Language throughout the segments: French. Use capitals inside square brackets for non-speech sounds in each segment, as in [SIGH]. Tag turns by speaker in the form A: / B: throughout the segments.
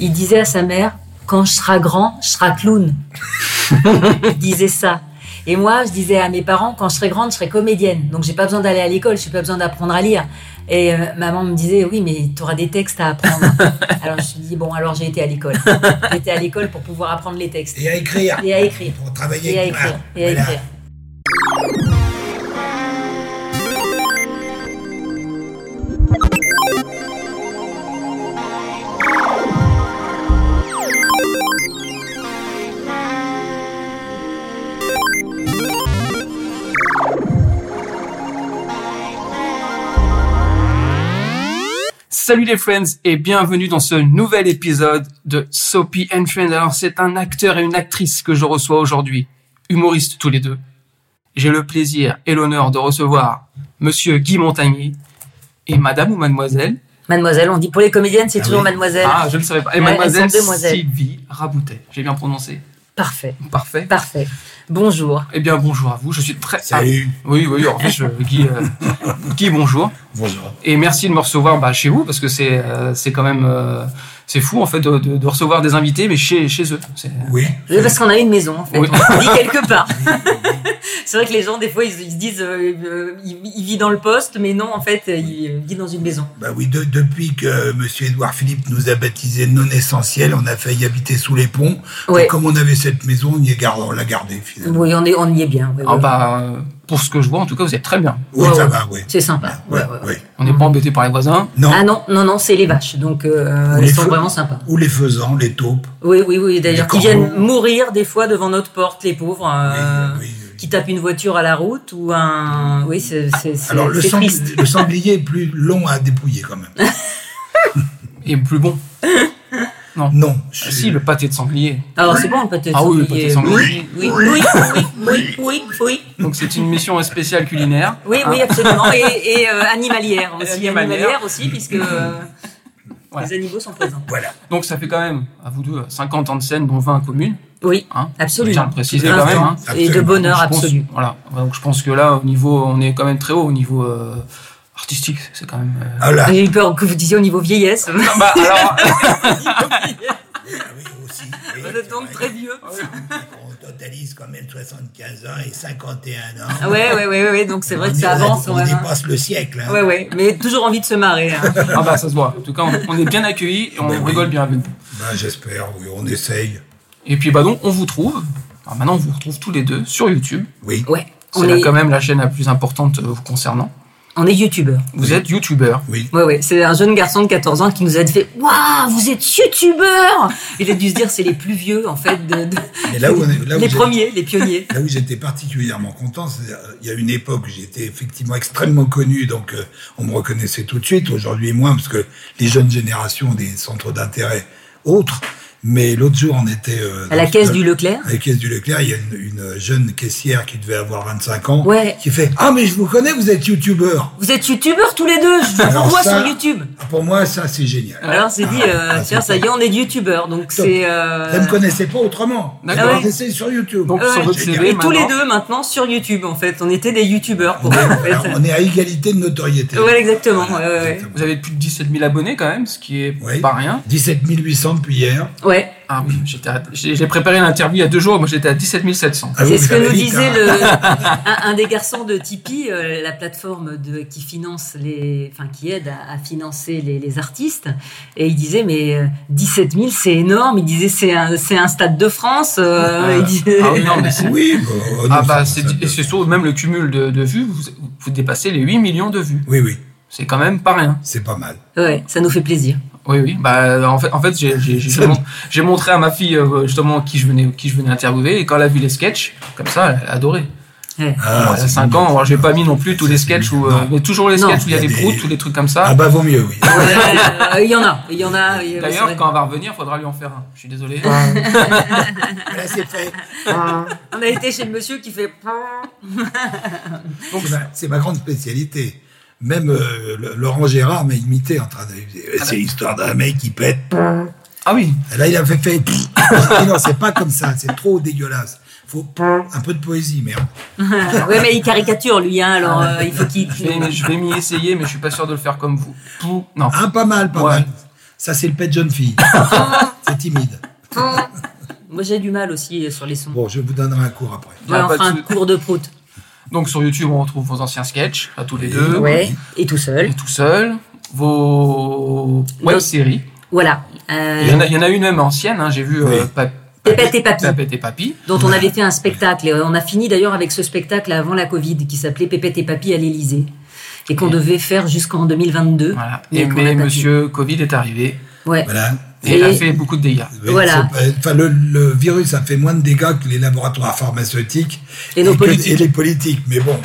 A: Il disait à sa mère, quand je serai grand, je serai clown. il disait ça. Et moi, je disais à mes parents, quand je serai grande, je serai comédienne. Donc, j'ai pas besoin d'aller à l'école, j'ai pas besoin d'apprendre à lire. Et euh, maman me disait, oui, mais tu auras des textes à
B: [LAUGHS]
A: apprendre. alors, je me suis dit, bon, alors j'ai été à l'école. J'ai été à l'école pour pouvoir apprendre les textes.
B: Et à écrire.
A: Et à écrire.
B: Pour travailler
A: Et à
B: avec-
A: écrire.
B: Ah,
A: Et à
B: voilà.
A: écrire.
C: Salut les friends et bienvenue dans ce nouvel épisode de Soapy and Friends. Alors c'est un acteur et une actrice que je reçois aujourd'hui, humoristes tous les deux. J'ai le plaisir et l'honneur de recevoir Monsieur Guy Montagnier et Madame ou Mademoiselle.
A: Mademoiselle, on dit pour les comédiennes, c'est
B: Ah
A: toujours
B: oui.
A: mademoiselle.
C: Ah, je ne savais pas. Et
A: Ouais,
C: Mademoiselle
A: elles sont demoiselles.
C: Sylvie Raboutet. J'ai bien prononcé.
A: Parfait,
C: Parfait.
A: parfait. Bonjour.
C: Eh bien bonjour à vous. Je suis très.
B: Salut.
C: Ah, oui oui. En fait, je- Guy, euh, Guy bonjour.
B: Bonjour.
C: Et merci de me recevoir bah, chez vous parce que c'est euh, c'est quand même euh, c'est fou en fait de, de- de recevoir des invités mais chez chez eux. C'est-
B: Oui.
A: Oui, parce qu'on a une maison, en fait.
C: Oui.
A: On vit quelque part. [LAUGHS] c'est vrai que les gens, des fois, ils, ils se disent, euh, euh, il, il vit dans le poste, mais non, en fait, il vit dans une maison.
B: Bah oui, de- depuis que Monsieur Édouard Philippe nous a baptisé non essentiel, on a failli habiter sous les ponts.
A: Ouais.
B: Et comme on avait cette maison, on y est gardé, on l'a gardée finalement.
A: Oui, on, est, on y est bien. oui,
C: Ah
A: oui.
C: bah euh, pour ce que je vois en tout cas vous êtes très bien.
B: Oui,
A: Ouais,
B: ça
A: ouais.
B: va, oui.
A: C'est sympa.
B: Ouais,
A: Ouais, ouais, ouais.
B: ouais.
C: On n'est pas embêté par les voisins.
B: Non.
A: Ah non, non, non, c'est les vaches, donc euh,
B: Ou
A: elles
B: les
A: sont
B: feux.
A: vraiment sympas.
B: Ou les faisans, les taupes.
A: Oui, oui, oui, d'ailleurs,
B: Les
A: qui
B: corbeaux.
A: viennent mourir des fois devant notre porte, les pauvres, euh,
B: Oui, oui, oui.
A: qui tapent une voiture à la route ou un... Oui, c'est c'est- c'est-
B: Alors le,
A: c'est
B: sang-
A: triste.
B: le sanglier est plus long à dépouiller
A: [LAUGHS]
B: quand même.
C: Et plus bon.
B: Non.
C: Ah
B: je-
C: Si le pâté de sanglier.
A: Alors c'est bon, peut-être.
C: Ah oui, le pâté sanglier.
A: oui, oui, oui, oui, oui, oui, oui.
C: Donc c'est une mission spéciale culinaire.
A: Oui,
C: Hein.
A: oui, absolument. Et, et, euh, animalière aussi.
C: Animalière.
A: Animalière, aussi, puisque euh,
C: Voilà.
A: les animaux sont présents.
B: Voilà.
C: Donc ça fait quand même à vous deux 50 ans de scène dont 20 communes.
A: Oui,
C: Hein
A: absolument.
C: Je tiens à le préciser
A: Un
C: quand même,
A: temps
C: hein.
A: Et de
B: Absolument.
A: bonheur
C: Donc, je pense-
A: absolu.
C: Voilà. Donc je pense que là au niveau on est quand même très haut au niveau euh, artistique c'est quand même. euh,
B: Ah là,
A: J'ai eu peur que vous disiez au niveau vieillesse.
C: bah, alors,
B: ah oui,
A: [LAUGHS]
B: aussi. oui,
A: Vous
B: c'est
A: êtes donc
B: vrai.
A: très vieux.
B: On totalise quand même 75 ans et 51 ans.
A: Ah Ouais, ouais, ouais, ouais, ouais, donc c'est vrai
B: On
A: que ça
B: est-
A: avance
B: On
A: quand même. hein.
B: dépasse le siècle. hein.
A: Ouais, ouais, mais toujours envie de se marrer. hein.
C: ah bah ça se voit. En tout cas on, on est bien accueillis et on
B: Ben oui.
C: rigole bien avec vous.
B: Ben, J'espère, oui, on essaye.
C: Et puis bah donc on vous trouve. Alors maintenant on vous retrouve tous les deux sur YouTube.
B: Oui,
A: [LAUGHS] Ouais,
C: C'est
A: on
C: là
A: est,
C: quand même la chaîne la plus importante euh, vous concernant.
A: on est youtubeur.
C: Vous êtes youtubeur.
B: oui.
A: Ouais, ouais, c'est un jeune garçon de 14 ans qui nous a fait Waouh, vous êtes youtubeur Il a dû se dire, c'est les plus vieux en fait, de, de-
B: Mais là où, on est- là
A: Ah,
B: où
A: les
B: j'ai-
A: premiers, les [LAUGHS] pionniers.
B: là où j'étais particulièrement content, c'est euh, il y a une époque où j'étais effectivement extrêmement connu, donc euh, on me reconnaissait tout de suite. Aujourd'hui, moins, parce que les jeunes générations ont des centres d'intérêt autres. Mais l'autre jour, on était euh,
A: À la
B: dans-
A: caisse du Leclerc.
B: À la caisse du Leclerc, il y a une, une jeune caissière qui devait avoir 25 ans,
A: Ouais.
B: qui fait Ah, mais je vous connais, vous êtes youtubeur.
A: Vous êtes youtubeurs tous les deux, je vous
B: Alors
A: vois
B: ça-
A: sur YouTube.
B: Ah, Pour moi, ça, c'est génial.
A: Alors c'est dit, euh,
B: ah,
A: tiens,
B: c'est
A: ça y est, on est de youtubeurs, donc c'est. euh,
B: Ça ne me connaissait pas autrement.
C: D'accord.
B: Je me connaissais sur YouTube. Ah,
C: Donc,
A: Ouais.
C: sur votre
B: Génial.
C: CV,
A: Et tous les
C: maintenant.
A: deux maintenant sur YouTube en fait, on était des youtubeurs pour
B: On est,
A: eux en fait.
B: alors, bah, on est à égalité de notoriété.
A: Ouais, exactement, ouais, ouais, ouais.
B: exactement.
C: Vous avez plus de 17 000 abonnés quand même, ce qui est
B: Oui.
C: pas rien.
B: 17 800 depuis hier.
A: Ouais,
C: Ah oui, j'étais à- j'ai j'ai préparé l'interview il y a deux jours, moi j'étais à 17 700.
A: [LAUGHS]
B: Ah,
A: c'est
B: vous,
A: ce que
B: ça
A: nous
B: va vite,
A: disait
B: hein.
A: le, un, un des garçons de Tipeee, euh, la plateforme de, qui finance les, enfin qui aide à, à financer les, les artistes, et il disait mais euh, 17 000 c'est énorme, il disait c'est un, c'est un stade de France, euh,
C: Euh,
A: il disait-
C: ah oui, non, mais c'est...
B: Oui, bah, oh,
C: Ah
B: non, ça-
C: bah, c'est,
B: ça-
C: et c'est surtout même le cumul de, de vues, vous, vous dépassez les 8 millions de vues.
B: Oui, oui,
C: C'est quand même pas rien.
B: c'est pas mal.
A: ouais, ça nous fait plaisir.
C: Oui, oui. Bah, en fait, en fait j'ai, j'ai, j'ai-
B: [LAUGHS]
C: j'ai mon- j'ai montré à ma fille euh, justement qui je, venais, qui je venais interviewer et quand elle a vu les sketchs, comme ça, elle a adoré.
A: Ouais.
B: Ah,
C: Bon, elle a
B: c'est
C: 5 ans,
B: mignon.
C: alors j'ai pas mis non plus tous les sketchs où. euh,
B: Non.
C: mais toujours les
A: Non.
C: sketchs où il y a
B: Il y
C: des
B: a des-
C: proutes ou des trucs comme
B: Ah
C: ça.
B: bah, vaut mieux,
A: [LAUGHS]
B: oui.
A: Ouais, euh, Il y en a, il y en a. il y a-
C: D'ailleurs,
A: c'est vrai.
C: quand elle va revenir, il faudra lui en faire un. Je suis désolé.
B: Ah. Là, c'est fait.
A: On a été chez le monsieur qui fait.
B: C'est ma, c'est ma grande spécialité. Même euh, le- Laurent Gérard m'a imité en train de. Eh, C'est l'histoire d'un mec qui pète.
C: Ah oui,
B: Là, il a
A: [LAUGHS]
B: fait. fait... Et non, c'est pas comme ça, c'est trop dégueulasse. Faut un peu de poésie, merde.
A: Ouais, mais il caricature lui, hein, alors euh, il faut
C: [LAUGHS]
A: qu'il.
C: je vais, je vais m'y essayer, mais je suis pas sûr de le faire comme vous. Pou- Non.
B: Ah, pas mal, pas
C: Ouais.
A: [LAUGHS]
B: mal. Ça, c'est le pet de jeune fille. C'est timide.
A: Moi, j'ai du mal aussi euh, sur les sons.
B: Bon, je vous donnerai un cours après.
A: Ouais,
C: Ah,
A: on
C: pas
A: fera
C: de
A: un
C: sou-
A: cours de prout.
C: Donc sur YouTube, on retrouve vos anciens sketchs, à tous les
B: Et-
C: deux,
A: Ouais. Et tout seul.
C: et tout seul, vos
A: Nos-
C: web-séries.
A: Voilà.
C: Il y,
A: Euh,
C: en a, il y en a une même ancienne, hein, j'ai vu euh,
B: Oui.
C: Pap-
A: Pépette et Papy,
C: Papette et Papy.
A: dont on avait fait un spectacle. Et on a fini d'ailleurs avec ce spectacle avant la Covid, qui s'appelait Pépette et Papy à l'Élysée, et qu'on
C: Ok.
A: devait faire jusqu'en 2022.
C: Voilà.
A: Mais
C: Et
A: qu'on
C: mais
A: n'a pas
C: monsieur Bah, Covid est arrivé
A: Ouais.
B: Voilà.
C: et,
A: Et-
C: a fait beaucoup de dégâts.
B: Oui,
A: Voilà.
B: c'est pas- Enfin, le, le virus a fait moins de dégâts que les laboratoires pharmaceutiques
A: Et nos
B: que-
A: politiques.
B: et les politiques. Mais bon,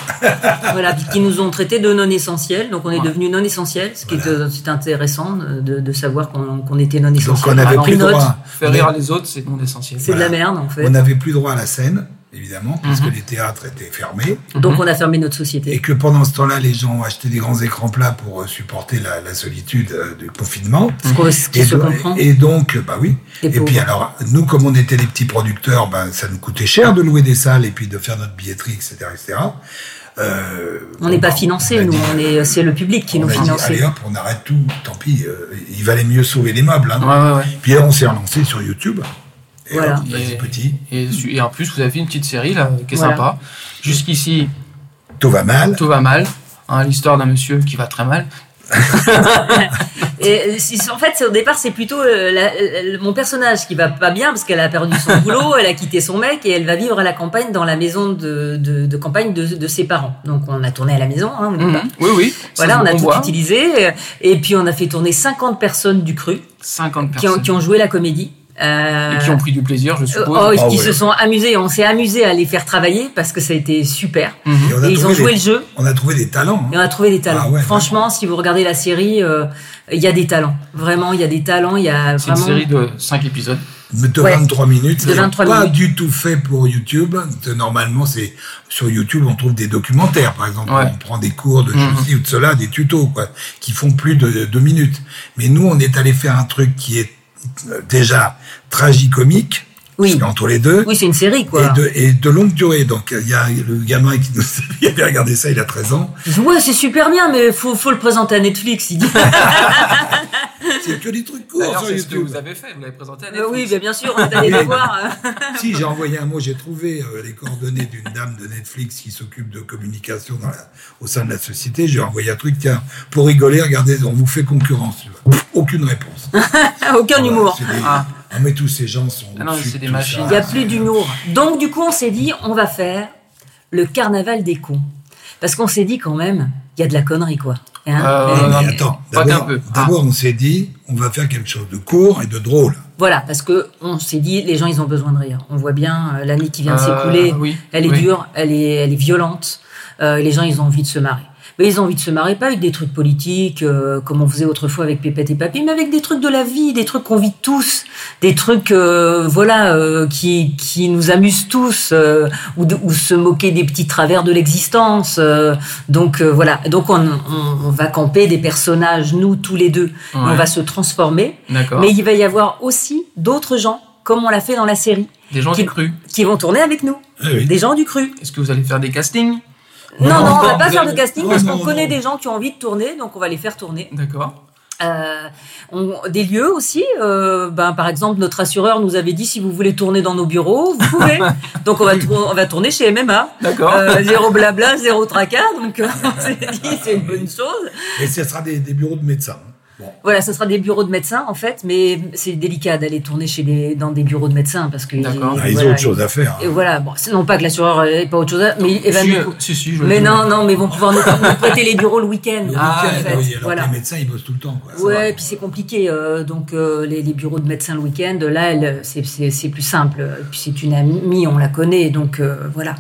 A: Voilà, puis qui nous ont traités de non essentiels. Donc on est
C: Voilà.
A: devenus non essentiels, ce qui est, euh, c'est intéressant euh, de, de savoir qu'on qu'on était non
B: donc
A: essentiels.
B: on n'avait
C: alors,
B: plus
A: une note,
B: droit.
C: Faire rire les autres, c'est non essentiel.
A: Ah. C'est
B: Voilà.
A: de la merde en fait.
B: On n'avait plus droit à la scène, évidemment, parce que
C: Mhm.
B: les théâtres étaient fermés.
A: Donc on a fermé notre société.
B: Mhm. Et que pendant ce temps-là, les gens ont acheté des grands écrans plats pour euh, supporter la, la solitude euh, du confinement.
A: Ce qu'on- ce qui
B: Et,
A: se
B: do-
A: comprend.
B: et donc, euh, bah oui.
A: Les
B: et puis
A: pauvres.
B: alors, nous, comme on était les petits producteurs, ben, ça nous coûtait cher de louer des salles et puis de faire notre billetterie, etc. etc. Euh,
A: on n'est
B: bon,
A: pas
B: bah, on
A: financé,
B: a
A: nous.
B: dit-
A: On est, euh, c'est le public qui
B: on
A: nous
B: a dit,
A: finance.
B: Allez hop, on arrête tout, tant pis, euh, il valait mieux sauver les meubles. Hein.
C: Ouais, ouais, ouais.
B: Puis on s'est relancé sur YouTube. Et
A: Voilà.
B: hop, petit,
C: Et-
B: petit,
C: Et, su- et en plus, vous avez fait une petite série là, qui est
A: Voilà.
C: sympa. Jusqu'ici,
B: tout va mal.
C: tout va mal. Hein, L'histoire d'un monsieur qui va très mal.
A: Et euh, c'est- en fait, c'est- au départ, c'est plutôt euh, la- euh, mon personnage qui va pas bien parce qu'elle a perdu son
B: [LAUGHS]
A: boulot, elle a quitté son mec et elle va vivre à la campagne dans la maison de, de, de campagne de, de ses parents. Donc on a tourné à la maison, hein, au départ.
C: Mhm. Oui, oui. Ça,
A: Voilà, on a tout
C: voit.
A: utilisé. euh, Et puis on a fait tourner 50 personnes du cru
C: 50
A: qui ont,
C: personnes.
A: qui ont joué la comédie. Euh,
C: Et qui ont pris du plaisir, je
A: euh,
C: suppose.
A: oh,
B: Ah
A: qui
B: ouais.
A: se sont amusés. On s'est amusés à les faire travailler parce que ça a été super.
C: Mm-hmm.
B: Et on a,
A: Et ils ont
B: trouvé
A: joué
B: des,
A: le jeu.
B: on a trouvé des talents. hein.
A: Et on a trouvé des talents.
B: Ah ouais,
A: Franchement, si vous regardez la série, euh, il y a des talents. Vraiment, il y a des talents. Il y a
C: C'est une
A: vraiment.
C: série de 5 épisodes.
B: Mais De
A: Ouais.
B: 23 minutes,
A: De
B: c'est
A: 23
B: pas
A: minutes.
B: du tout fait pour YouTube. De- Normalement, c'est sur YouTube, on trouve des documentaires, par exemple,
C: Ouais.
B: on prend des cours de
C: Mhm.
B: ceci ou de cela, des tutos, quoi, qui font plus de deux minutes. Mais nous, on est allé faire un truc qui est euh, déjà tragicomique,
A: Oui.
B: parce qu'entre les deux,
A: Oui, c'est une série, quoi.
B: et, de, et de longue durée. Donc, il y a le gamin qui nous [LAUGHS] il avait regardé ça, il a 13 ans.
A: Ils disent, ouais, c'est super bien, mais faut, faut le présenter à Netflix.
B: [LAUGHS]
A: Il dit,
B: C'est que des trucs courts
C: D'ailleurs,
B: sur
C: c'est ce que
B: YouTube.
C: vous avez fait. Vous l'avez présenté à
A: Euh, oui,
C: Netflix.
A: bien, bien sûr, on est allé les voir. euh,
B: Si j'ai envoyé un mot, j'ai trouvé euh, les coordonnées d'une dame de Netflix qui s'occupe de communication dans la- au sein de la société. J'ai envoyé un truc, tiens, pour rigoler, regardez, on vous fait concurrence. Pff, Aucune réponse.
A: Ah, [LAUGHS] Aucun
B: Voilà,
A: humour.
B: c'est des-
C: Ah.
B: Ah, mais tous ces gens sont.
C: Ah non,
B: au-dessus
C: c'est
B: de
C: des
B: tout
C: machines.
B: ça.
A: Il n'y a plus d'humour. Donc, du coup, on s'est dit, on va faire le carnaval des cons. Parce qu'on s'est dit quand même, il y a de la connerie, quoi. Hein
C: Euh,
A: Euh,
B: Mais
C: Non, mais
B: attends,
C: pas
B: d'abord,
C: qu'un peu. Ah.
B: d'abord, on s'est dit, on va faire quelque chose de court et de drôle.
A: Voilà, parce que on s'est dit, les gens, ils ont besoin de rire. On voit bien euh, l'année qui vient de
C: Euh,
A: s'écouler.
C: oui,
A: Elle est
C: oui.
A: dure, elle est, elle est violente. Euh, les gens, ils ont envie de se marrer. Mais ils ont envie de se marrer, pas avec des trucs politiques, euh, comme on faisait autrefois avec Pépette et Papy, mais avec des trucs de la vie, des trucs qu'on vit tous, des trucs, euh, voilà, euh, qui, qui nous amusent tous, euh, ou, de- ou se moquer des petits travers de l'existence. euh, donc euh, voilà, donc on, on- on va camper des personnages, nous tous les deux, Et
C: Ouais.
A: on va se transformer.
C: D'accord.
A: Mais il va y avoir aussi d'autres gens, comme on l'a fait dans la série,
C: Des gens
A: qui-
C: qui cru.
A: qui vont tourner avec nous,
B: Eh oui.
A: des gens du cru.
C: Est-ce que vous allez faire des castings
A: Non, non, on
C: non,
A: va pas
C: vous
A: faire
C: avez-
A: de casting
B: non,
A: parce
B: non,
A: qu'on
B: Oh non.
A: connaît des gens qui ont envie de tourner, donc on va les faire tourner.
C: D'accord.
A: Euh, on- des lieux aussi. euh, ben, par exemple, notre assureur nous avait dit si vous voulez tourner dans nos bureaux, vous
B: [LAUGHS]
A: pouvez. donc on va, tour- on va tourner chez MMA.
B: Oh.
C: D'accord.
A: Euh, zéro blabla, zéro tracas. Donc euh, on s'est dit c'est une bonne chose.
B: Et ce sera des, des bureaux de médecins. Bon.
A: Voilà, ce sera des bureaux de médecins en fait, mais c'est délicat d'aller tourner chez des, dans des bureaux de médecins parce que
C: D'accord.
B: Ah, ils
A: voilà,
B: ont autre chose à faire. hein.
A: Et voilà, bon, c'est non pas que l'assureur n'ait pas autre chose, à- Eh ben, mais il va
C: si,
A: nous-
C: euh, si, si, je
A: Mais
C: le-
A: non, non, mais ils vont pouvoir nous, nous prêter les bureaux le week-end.
B: Le
C: Ah,
A: en
B: week-end,
A: fait,
B: oui, alors
A: voilà.
B: les médecins, ils bossent tout le temps. Quoi, ça
A: Ouais,
B: va.
A: et puis c'est compliqué. euh, donc euh, les, les bureaux de médecins le week-end, là, elle, c'est- c'est c'est plus simple. Et puis c'est une amie, on la connaît, donc euh, voilà.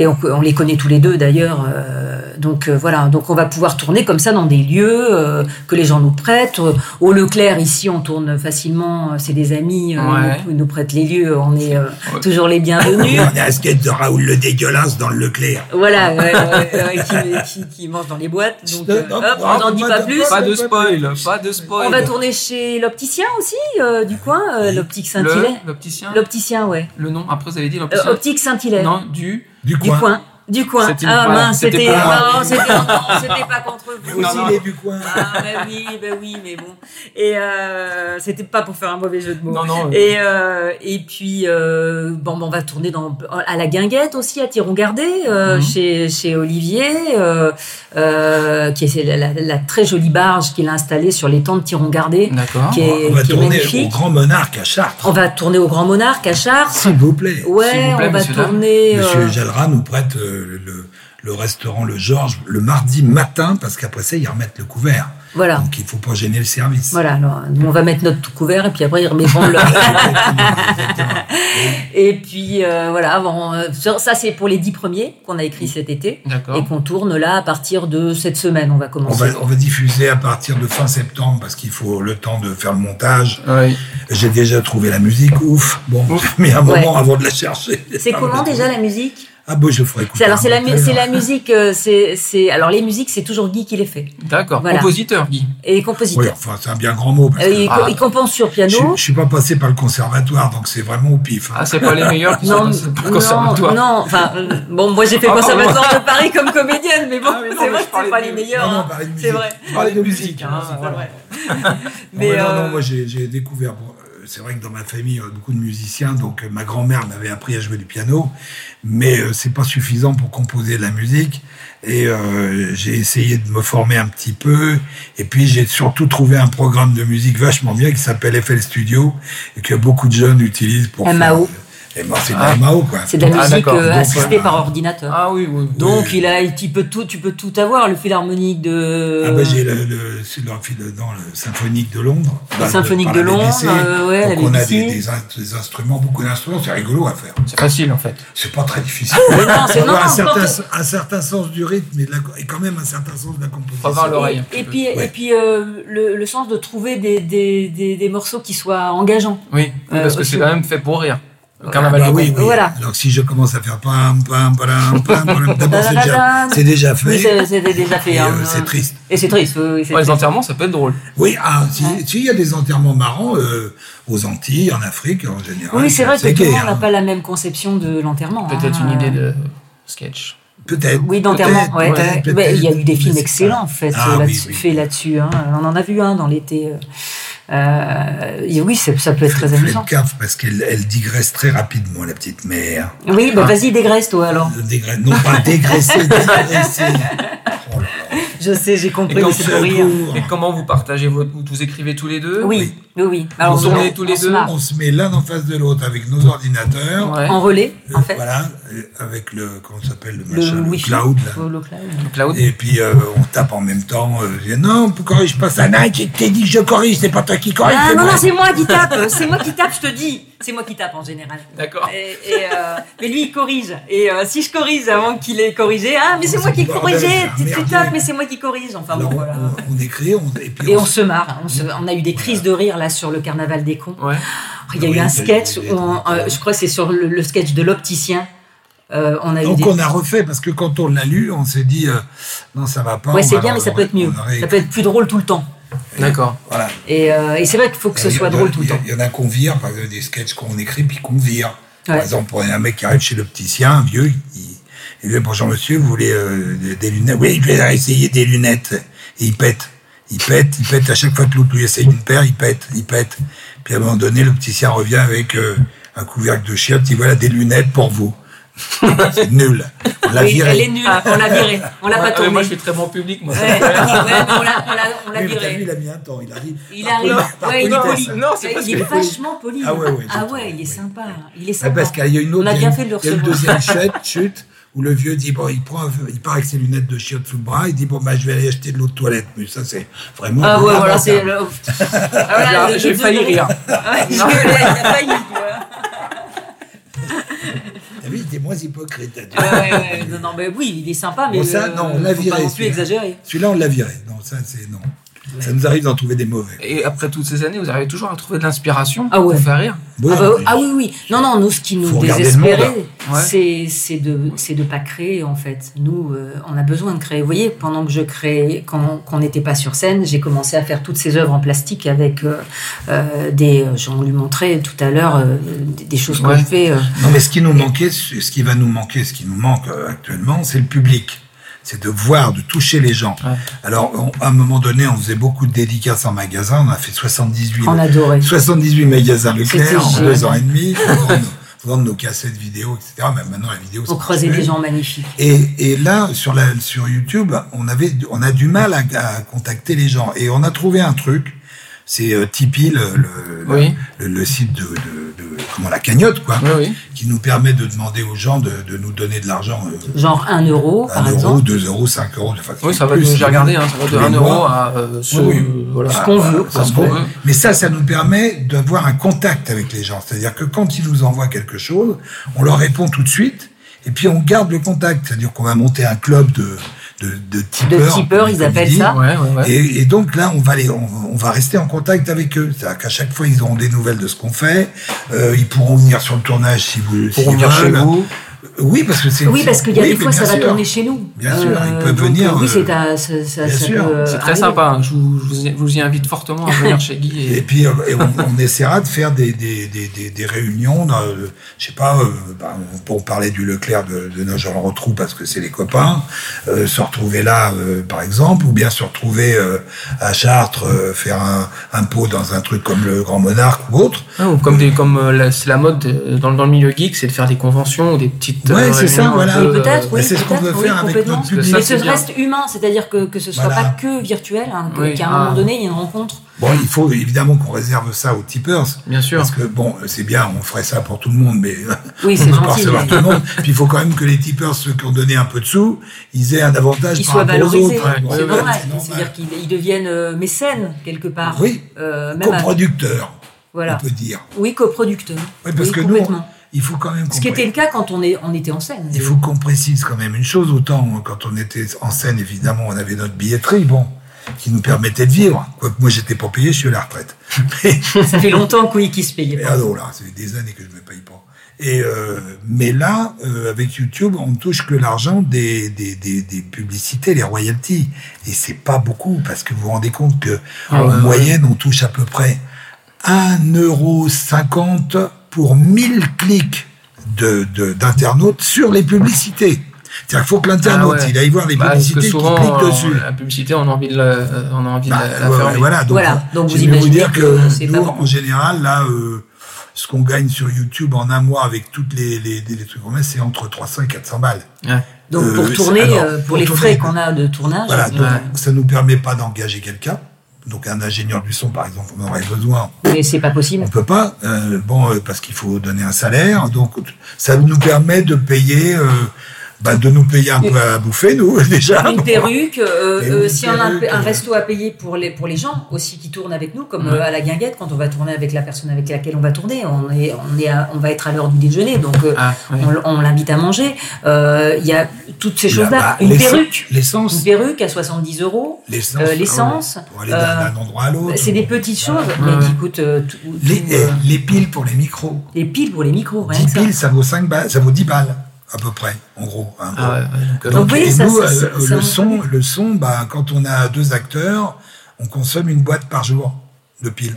A: Et on, on les connaît tous les deux d'ailleurs. euh, donc euh, voilà, donc on va pouvoir tourner comme ça dans des lieux euh, que les gens nous prêtent. Euh, Au Leclerc ici, on tourne facilement. euh, C'est des amis, euh,
C: Ouais.
A: nous, nous prêtent les lieux. On est euh,
C: Ouais.
A: toujours les bienvenus.
B: On a un skate de Raoul le dégueulasse dans le Leclerc.
C: Ah.
A: Voilà, ouais, ouais, ouais, qui, qui, qui mange dans les boîtes. Donc, euh, hop, on n'en dit pas plus.
C: Pas de spoil, pas de spoil.
A: On va tourner chez l'opticien aussi, euh, du coin, euh, l'optique Saint-Hilaire.
C: Le- L'opticien.
A: L'opticien, ouais.
C: Le nom, après vous avez dit
A: Euh,
C: l'opticien.
A: optique Saint-Hilaire.
C: Non, du.
B: Du
A: Du
B: coin.
A: coin. Du coin.
C: C'était-
A: ah
C: voilà,
A: mince,
C: c'était
A: c'était
C: pour moi.
A: non, c'était
C: [LAUGHS]
A: non, c'était pas contre vous.
C: Non,
B: Aussi,
C: non.
B: il est du coin.
A: Ah bah oui, bah oui, mais bon. Et euh, c'était pas pour faire un mauvais jeu de mots.
C: Non, non. euh,
A: Et, euh, et puis, euh, bon, bon, on va tourner dans, à la guinguette aussi, à Tiron Gardé, euh,
C: Mhm.
A: chez, chez Olivier, euh, euh, qui est la, la- la très jolie barge qu'il a installée sur les temps de Tiron Gardé.
C: D'accord.
A: Qui est-
B: on va
A: qui est
B: tourner
A: magnifique.
B: au Grand Monarque à Chartres.
A: On va tourner au Grand Monarque à Chartres.
B: S'il vous plaît.
A: Ouais, on
C: vous plaît,
A: va
C: messieurs, dames.
A: tourner.
B: Monsieur
A: euh,
B: Jalra nous prête euh, le, le restaurant Le Georges le mardi matin parce qu'après ça, ils remettent le couvert.
A: voilà.
B: Donc il faut pas gêner le service.
A: Ah.
B: [LAUGHS]
A: Voilà, alors on va mettre notre tout couvert et puis après ils remettront le. et puis euh, voilà, avant, euh, ça ça, c'est pour les dix premiers qu'on a écrit cet été et
C: D'accord.
A: qu'on tourne là à partir de cette semaine. On va
B: On
A: commencer.
B: va, on va diffuser à partir de fin septembre parce qu'il faut le temps de faire le montage.
C: Oui.
B: J'ai déjà trouvé la musique, ouf. Bon,
C: Ouf.
B: [LAUGHS] mais un moment
A: Ouais.
B: avant de la chercher.
A: C'est comment déjà la musique
B: Ah bon, je ferai écouter.
A: C'est alors c'est la
B: un
A: mu-
B: autre
A: c'est
B: heure.
A: la musique euh, c'est c'est alors les musiques c'est toujours Guy qui les fait
C: D'accord.
A: Voilà.
C: Compositeur, Guy.
A: et les
B: Oui,
A: compositeurs.
B: enfin, c'est un bien grand mot. Parce
A: Euh,
B: que
A: il,
C: Ah.
A: il compense sur
B: je,
A: piano.
B: je suis pas passé par le conservatoire, donc c'est vraiment au pif. hein.
C: Ah, c'est pas les meilleurs qui sont
A: Non,
C: dans ce
A: non,
C: conservatoire.
A: non, enfin, euh, bon, moi j'ai fait le
C: Ah, pardon.
A: conservatoire de Paris comme comédienne, mais bon,
C: Ah, mais non,
A: c'est
C: mais
A: vrai
C: je
A: que c'est
C: parlais
A: pas
C: de-
A: les
B: Non,
A: meilleurs.
B: non,
A: hein.
B: parler de musique.
A: C'est vrai.
C: Je parlais de musique. hein,
A: C'est pas
C: voilà.
A: vrai.
B: Non,
A: [LAUGHS] Mais,
B: mais non,
A: euh,
B: non, moi j'ai j'ai découvert. bon, euh, c'est vrai que dans ma famille, euh, beaucoup de musiciens, donc euh, ma grand-mère m'avait appris à jouer du piano, mais euh, c'est pas suffisant pour composer de la musique. Et euh, j'ai essayé de me former un petit peu. Et puis j'ai surtout trouvé un programme de musique vachement bien qui s'appelle FL Studio et que beaucoup de jeunes utilisent pour.
A: MAO.
B: Faire... Et moi, c'est de
C: Ah.
B: la MAO, quoi.
A: c'est de la
C: Ah,
A: musique
C: d'accord.
A: euh,
B: Donc,
A: assistée
B: voilà.
A: par ordinateur.
C: Ah oui, oui.
A: Donc il a, tu peux tout, tu peux tout avoir, le fil harmonique de.
B: Ah bah, j'ai le, le, c'est dans le, dans le symphonique de Londres.
A: Le
B: bah,
A: Symphonique
B: par
A: de
B: la BBC.
A: Londres, euh, ouais, la
B: Donc on a
A: BBC.
B: des, des, in- des instruments, beaucoup d'instruments, c'est rigolo à faire.
C: C'est facile, en fait.
B: C'est pas très difficile.
A: non, c'est- Ah non,
B: [LAUGHS] Faut avoir un,
A: non,
B: certain,
A: porte-
B: un certain sens du rythme et, de la, et quand même un certain sens de la
C: Faut avoir
B: composition.
C: l'oreille. un
A: et,
C: petit peu.
A: puis, et
B: Ouais.
A: puis euh, le, le sens de trouver des, des, des, des morceaux qui soient engageants.
C: Oui,
A: Euh,
C: parce que
A: aussi.
C: c'est quand même fait pour rire. Le
A: Ouais.
C: carnaval
B: Bah
C: de
B: oui,
C: Caen.
B: oui.
A: Voilà.
B: Alors que si je commence à faire pam, pam, pam,
A: [LAUGHS]
B: pam, pam, d'abord c'est déjà,
A: Tadadadam.
B: c'est déjà
A: Oui,
B: fait.
A: c'est c'est déjà fait.
B: Et,
A: hein.
B: euh, c'est triste.
A: Et c'est triste. oui, oui, c'est
C: Ouais, les
A: triste.
C: enterrements, ça peut être drôle.
B: Oui, ah, si-
A: Ouais.
B: s'il y a des enterrements marrants euh, aux Antilles, en Afrique, en général.
A: Oui, c'est vrai que tout
B: gay,
A: le monde n'a
B: hein.
A: pas la même conception de l'enterrement.
C: Peut-être
A: hein.
C: une idée de sketch.
B: Peut-être.
A: Oui, d'enterrement.
B: peut-être,
A: ouais,
B: peut-être,
A: ouais. Mais Il y a eu des
B: peut-être,
A: films
B: mais c'est pas-
A: excellents en fait,
B: Ah,
A: euh,
B: oui,
A: là-dessus-
B: oui.
A: faits là-dessus. hein. On en a vu un dans l'été. euh, euh, et oui, c'est- ça peut être très
B: Faites
A: amusant.
B: gaffe parce qu'elle elle digresse très rapidement, la petite mère.
A: Oui,
B: Ah.
A: bah vas-y, dégraisse toi alors.
B: Dégra- Non, pas
A: [LAUGHS]
B: dégraisser, digresser. Oh là là.
A: Je sais, j'ai compris,
C: Et
A: mais
C: comme
A: c'est
B: ce
A: pour rire.
B: cours,
C: Et comment vous partagez votre. Vous, vous écrivez tous les deux
A: Oui, oui, oui.
C: Vous
A: on-
C: tournez tous les
A: on se
C: deux
A: marre.
B: On se met l'un en face de l'autre avec nos ordinateurs.
C: Ouais.
A: En relais,
B: euh,
A: en fait.
B: Voilà, euh, avec le, comment ça s'appelle, le machin,
A: Le
B: le,
A: wifi.
B: cloud. là.
A: Oh, le cloud.
C: Le cloud.
B: Et puis euh, on tape en même temps. euh, je dis, non, on corrige pas ça. Non, je t'ai dit que je corrige, c'est pas toi qui corrige.
A: Ah
B: c'est
A: non,
B: moi.
A: non, c'est
B: [LAUGHS]
A: moi qui tape, c'est moi qui tape, je te dis. C'est moi qui tape en général.
C: D'accord.
A: Et, et, euh, mais lui, il corrige. Et euh, si je corrige avant qu'il ait corrigé, ah, mais c'est
B: Oh,
A: moi
B: c'est
A: qui ai
B: le bordel,
A: corrigé,
B: c'est un
A: tu, tu
B: merdier.
A: tapes, mais c'est moi qui corrige. Enfin bon,
B: Alors, on,
A: voilà.
B: on- on écrit, on, et puis
A: Et
B: on,
A: on se marre, hein, on, se- on a eu des crises de rire là sur le carnaval des cons.
C: Ouais.
A: Il y a
B: Oui,
A: eu un
B: il y a eu
A: sketch,
B: des-
A: où on- euh, je crois que c'est sur le, le sketch de l'opticien. Euh, on a eu
B: Donc
A: des...
B: on a refait parce que quand on l'a lu, on s'est dit euh, non ça va pas.
A: Ouais,
B: on
A: c'est
B: va
A: bien,
B: le-
A: mais ça peut être mieux.
B: euh, on aurait-
A: Ça peut être plus drôle tout le temps.
C: D'accord.
B: Voilà.
A: Et, euh, et c'est vrai qu'il faut que ce
B: Il y a-
A: soit
B: il y a-
A: drôle tout le
B: il y a-
A: temps.
B: Il y en a qu'on vire, par exemple des sketchs qu'on écrit puis qu'on vire.
A: Ouais.
B: Par exemple, on a un mec qui arrive chez l'opticien, un vieux, il, il dit bonjour monsieur, vous voulez euh, des- des lunettes Oui, je vais essayer des lunettes. Et il pète, il pète, il pète à chaque fois que l'autre lui essaye une paire, il pète, il pète. Puis à un moment donné, l'opticien revient avec euh, un couvercle de chiottes, il dit voilà des lunettes pour vous. [LAUGHS] c'est nul. On l'a
A: Oui,
B: viré.
A: elle est nulle, Ah, on l'a virée, on l'a pas
C: Ouais, ouais,
A: tournée.
C: moi, je suis très bon public, moi.
A: Ouais, ouais, mais on l'a- on l'a- on l'a
B: Oui, mais t'as vu,
A: viré.
B: il a mis un temps, il arrive.
A: Il
B: Par
A: arrive,
B: poli- par
A: ouais, il est
B: politesse.
A: poli.
C: Non, c'est
A: Ouais,
C: parce
A: il est
C: que-
A: vachement poli.
B: Ah ouais, ouais,
A: Ah
B: tout à
A: ouais,
B: fait,
A: il est
B: oui.
A: sympa. Il est
B: Ouais,
A: sympa.
B: Eh Ah, ben, parce qu'il y a une autre,
A: On a
B: il y
A: bien
B: une-
A: fait de le
B: il y a une
A: recevoir.
B: deuxième chute, chute où le vieux dit bon, il prend, un- il part avec ses lunettes de chiottes sous le bras, il dit bon bah je vais aller acheter de l'eau de toilette, mais ça c'est vraiment.
A: Ah ouais,
B: lamentable.
A: voilà, c'est. le- Ah,
B: [LAUGHS]
A: voilà,
C: Là,
A: le-
C: J'ai
A: le-
C: failli
A: le-
C: rire.
A: Ah ouais, je l'ai- il a failli, tu vois.
B: T'as vu, il était moins hypocrite. t'as dit.
A: Ah ouais, ouais, non, non, mais oui, il est sympa, mais.
B: Bon, ça,
A: euh,
B: non, on l'a
A: faut
B: viré,
A: Pas non plus
B: celui-là.
A: exagéré.
B: Celui-là on l'a viré, non ça c'est non. Ça nous arrive d'en trouver des mauvais.
C: Et après toutes ces années, vous arrivez toujours à trouver de l'inspiration
A: Ah ouais.
C: pour faire rire.
B: Bon,
A: ah, bah,
B: mais-
A: ah oui, oui. Non, non, nous, ce qui nous
B: Faut regarder le
A: désespérait,
B: monde,
C: hein. Ouais.
A: c'est c'est de c'est de pas créer, en fait. Nous, euh, on a besoin de créer. Vous voyez, pendant que je créais, quand qu'on n'était pas sur scène, j'ai commencé à faire toutes ces œuvres en plastique avec euh, euh, des... J'en lui montrais tout à l'heure euh, des, des choses
C: Ouais.
A: que je fais. euh.
B: Non, mais ce qui nous manquait, ce qui va nous manquer, ce qui nous manque euh, actuellement, c'est le public. C'est de voir, de toucher les gens.
C: Ouais.
B: Alors, on- à un moment donné, on faisait beaucoup de dédicaces en magasin. On a fait 78,
A: on adorait.
B: 78 magasins Leclerc en
A: C'était
B: deux ans et demi. pour vendre nos- pour vendre nos cassettes vidéo, etc. Mais maintenant, la vidéo,
A: On
B: ça
A: creusait
B: marche
A: des
B: plus.
A: gens magnifiques.
B: Et, et là, sur, la, sur YouTube, on, avait, on a du mal à, à contacter les gens. Et on a trouvé un truc. C'est euh, Tipeee, le, le,
C: Oui.
B: le, le site de, de, de- comment la cagnotte, quoi,
C: Oui, oui.
B: qui nous permet de demander aux gens de, de nous donner de l'argent. Euh,
A: Genre 1 euro, par
B: 1 euro,
A: exemple.
B: 2 euros, 5 euros. Enfin,
C: Oui, ça va,
B: plus,
C: j'ai regardé, hein, ça va de
B: tous les
C: 1 euro
B: mois.
C: à euh, ce,
B: Oui,
C: voilà.
A: Ce qu'on veut,
B: Ça
C: quoi.
B: se
C: Qu'on
B: fait.
C: veut.
B: Mais ça, ça nous permet d'avoir un contact avec les gens. C'est-à-dire que quand ils nous envoient quelque chose, on leur répond tout de suite et puis on garde le contact. C'est-à-dire qu'on va monter un club de, de, de tipeurs.
A: De tipeurs, ils
B: comme
A: appellent
B: disent.
A: ça.
C: Ouais, ouais, ouais.
B: Et, et donc là, on va, les, on, on va rester en contact avec eux. C'est-à-dire qu'à chaque fois, ils auront des nouvelles de ce qu'on fait. Euh, ils pourront venir sur le tournage si vous
C: Pour
B: s'ils
C: revenir chez
B: veulent.
C: vous.
B: Oui, parce que c'est.
A: Oui, parce qu'il y a
B: oui,
A: des
B: mais
A: fois, ça
B: bien
A: va
B: sûr.
A: tourner chez nous.
B: Bien sûr, ils peuvent
A: donc,
B: venir,
A: Oui, c'est
B: euh,
A: à- ça- ça-
B: bien
A: ça
B: sûr.
A: peut
C: C'est très
A: arriver.
C: sympa, hein. je, vous, je vous y- vous y invite fortement à venir chez Guy. Et...
B: Et puis, euh, et on, on essaiera de faire des, des, des, des, des réunions. dans, euh, je sais pas, euh, bah, on, on parlait du Leclerc de, de Nogent le Rotrou parce que c'est les copains. euh, se retrouver là, euh, par exemple, ou bien se retrouver euh, à Chartres, euh, faire un, un pot dans un truc comme le Grand Monarque ou autre.
C: Ah, ou comme des, comme euh, la- c'est la mode euh, dans, le- dans le milieu geek, c'est de faire des conventions ou des petites. euh,
B: Ouais, c'est ça,
C: réunions un
B: voilà.
C: peu, euh,
A: Peut-être, oui.
B: c'est ce qu'on
A: peut-être,
B: veut
A: oui,
B: faire avec
A: complètement.
B: notre public.
A: Mais
C: Ça,
A: ce
C: c'est bien.
A: reste humain, c'est-à-dire que, que ce soit
B: Voilà.
A: pas que virtuel, hein, que-
C: Oui,
A: qu'à un
C: ah.
A: moment donné, il y a une rencontre.
B: Bon, il faut évidemment qu'on réserve ça aux tipeurs.
C: Bien sûr.
B: Parce que bon, c'est bien, on ferait ça pour tout le monde, mais
A: Oui,
B: on
A: c'est
B: peut pas
A: gentil.
B: recevoir
A: mais-
B: tout le monde. Puis il faut quand même que les tipeurs, ceux qui ont donné un peu de sous, ils aient un avantage
A: Ils
B: par
A: soient
B: rapport aux
A: valorisés,
B: autres.
A: c'est
B: Bon,
A: normal.
B: voilà, c'est
A: C'est-à-dire qu'ils ils deviennent euh, mécènes, quelque part.
B: Oui.
A: Euh, même à-
B: coproducteur,
A: voilà.
B: on peut dire.
A: Oui, coproducteur.
B: Oui, parce
A: Oui,
B: que nous,
A: complètement.
B: il faut quand même qu'on
A: Ce qui
B: pré-
A: était le cas quand on, est, on était en scène.
B: il faut qu'on précise quand même une chose. Autant euh, quand on était en scène, évidemment, on avait notre billetterie, bon, qui nous permettait de vivre. Quoique moi, j'étais pas payé, je suis à la retraite. [LAUGHS] Mais-
A: Ça fait longtemps que oui, qui se payait.
B: Et ah non, là, ça fait des années que je ne me paye pas. Et euh, mais là, euh, avec YouTube, on touche que l'argent des, des, des, des publicités, les royalties. Et c'est pas beaucoup, parce que vous vous rendez compte que
C: Ah
B: en
C: ouais, ouais.
B: moyenne, on touche à peu près 1,50€ pour 1000 clics de de- d'internautes sur les publicités. C'est-à-dire qu'il faut que l'internaute,
C: Ah ouais.
B: il aille voir les
C: Bah, parce que
B: publicités
C: souvent,
B: qui cliquent
C: euh,
B: dessus.
C: la publicité, on a envie de la, euh, on a envie de
B: Bah,
C: la, la
B: ouais,
C: faire
B: ouais,
C: vivre.
B: voilà, donc,
A: Voilà, donc
B: je
A: vous
B: vais vous
A: imaginez
B: dire que,
A: que c'est pas
B: nous,
A: beaucoup.
B: en général, là, euh, ce qu'on gagne sur YouTube en un mois avec toutes les, les, les trucs qu'on met, c'est entre 300 et 400 balles.
C: Ouais.
A: Donc
B: Euh,
A: pour
B: c'est-
A: tourner,
B: alors,
A: euh, pour,
B: pour
A: les
B: tourner,
A: frais qu'on a de tournage,
B: Voilà, donc
C: Ouais.
B: ça nous permet pas d'engager quelqu'un. Donc un ingénieur du son, par exemple, on aurait besoin.
A: mais c'est pas possible.
B: On peut pas, euh, bon, euh, parce qu'il faut donner un salaire. Donc ça nous permet de payer, euh, bah, de nous payer un peu à bouffer, nous [LAUGHS] déjà.
A: Une perruque, euh,
B: Mais
A: euh,
B: oui,
A: si on
B: une
A: a un,
B: perruque,
A: un
B: euh.
A: resto à payer pour les, pour les gens aussi qui tournent avec nous, comme
C: Ouais.
A: euh, à la guinguette, quand on va tourner avec la personne avec laquelle on va tourner, on, est, on, est à- on va être à l'heure du déjeuner, donc euh,
C: Ah, ouais.
A: on, l- on l'invite à manger. Euh, Il y a toutes ces
B: Bah,
A: choses-là. une
B: l'essence-
A: perruque, une
B: L'essence.
A: perruque à 70 euros,
B: L'essence. ah
A: euh, l'essence.
B: Pour aller
A: euh,
B: d'un d'un endroit à l'autre. Ah
A: c'est des petites choses,
C: Ouais,
A: mais
C: ouais.
A: qui coûtent euh, tout- tout,
B: Les, eh,
A: euh,
B: les piles pour les micros.
A: des piles pour les micros, rien
B: 10
A: que ça.
B: piles, ça vaut 5 balles, ça vaut 10 balles, à peu près, en gros. hein.
C: Ah, ouais, ouais, donc, euh,
A: Donc, oui,
B: et
A: ça,
B: nous,
A: ça, ça,
B: euh,
A: ça,
B: le,
A: on
B: son,
A: connaît.
B: le son, bah, quand on a deux acteurs, on consomme une boîte par jour de piles.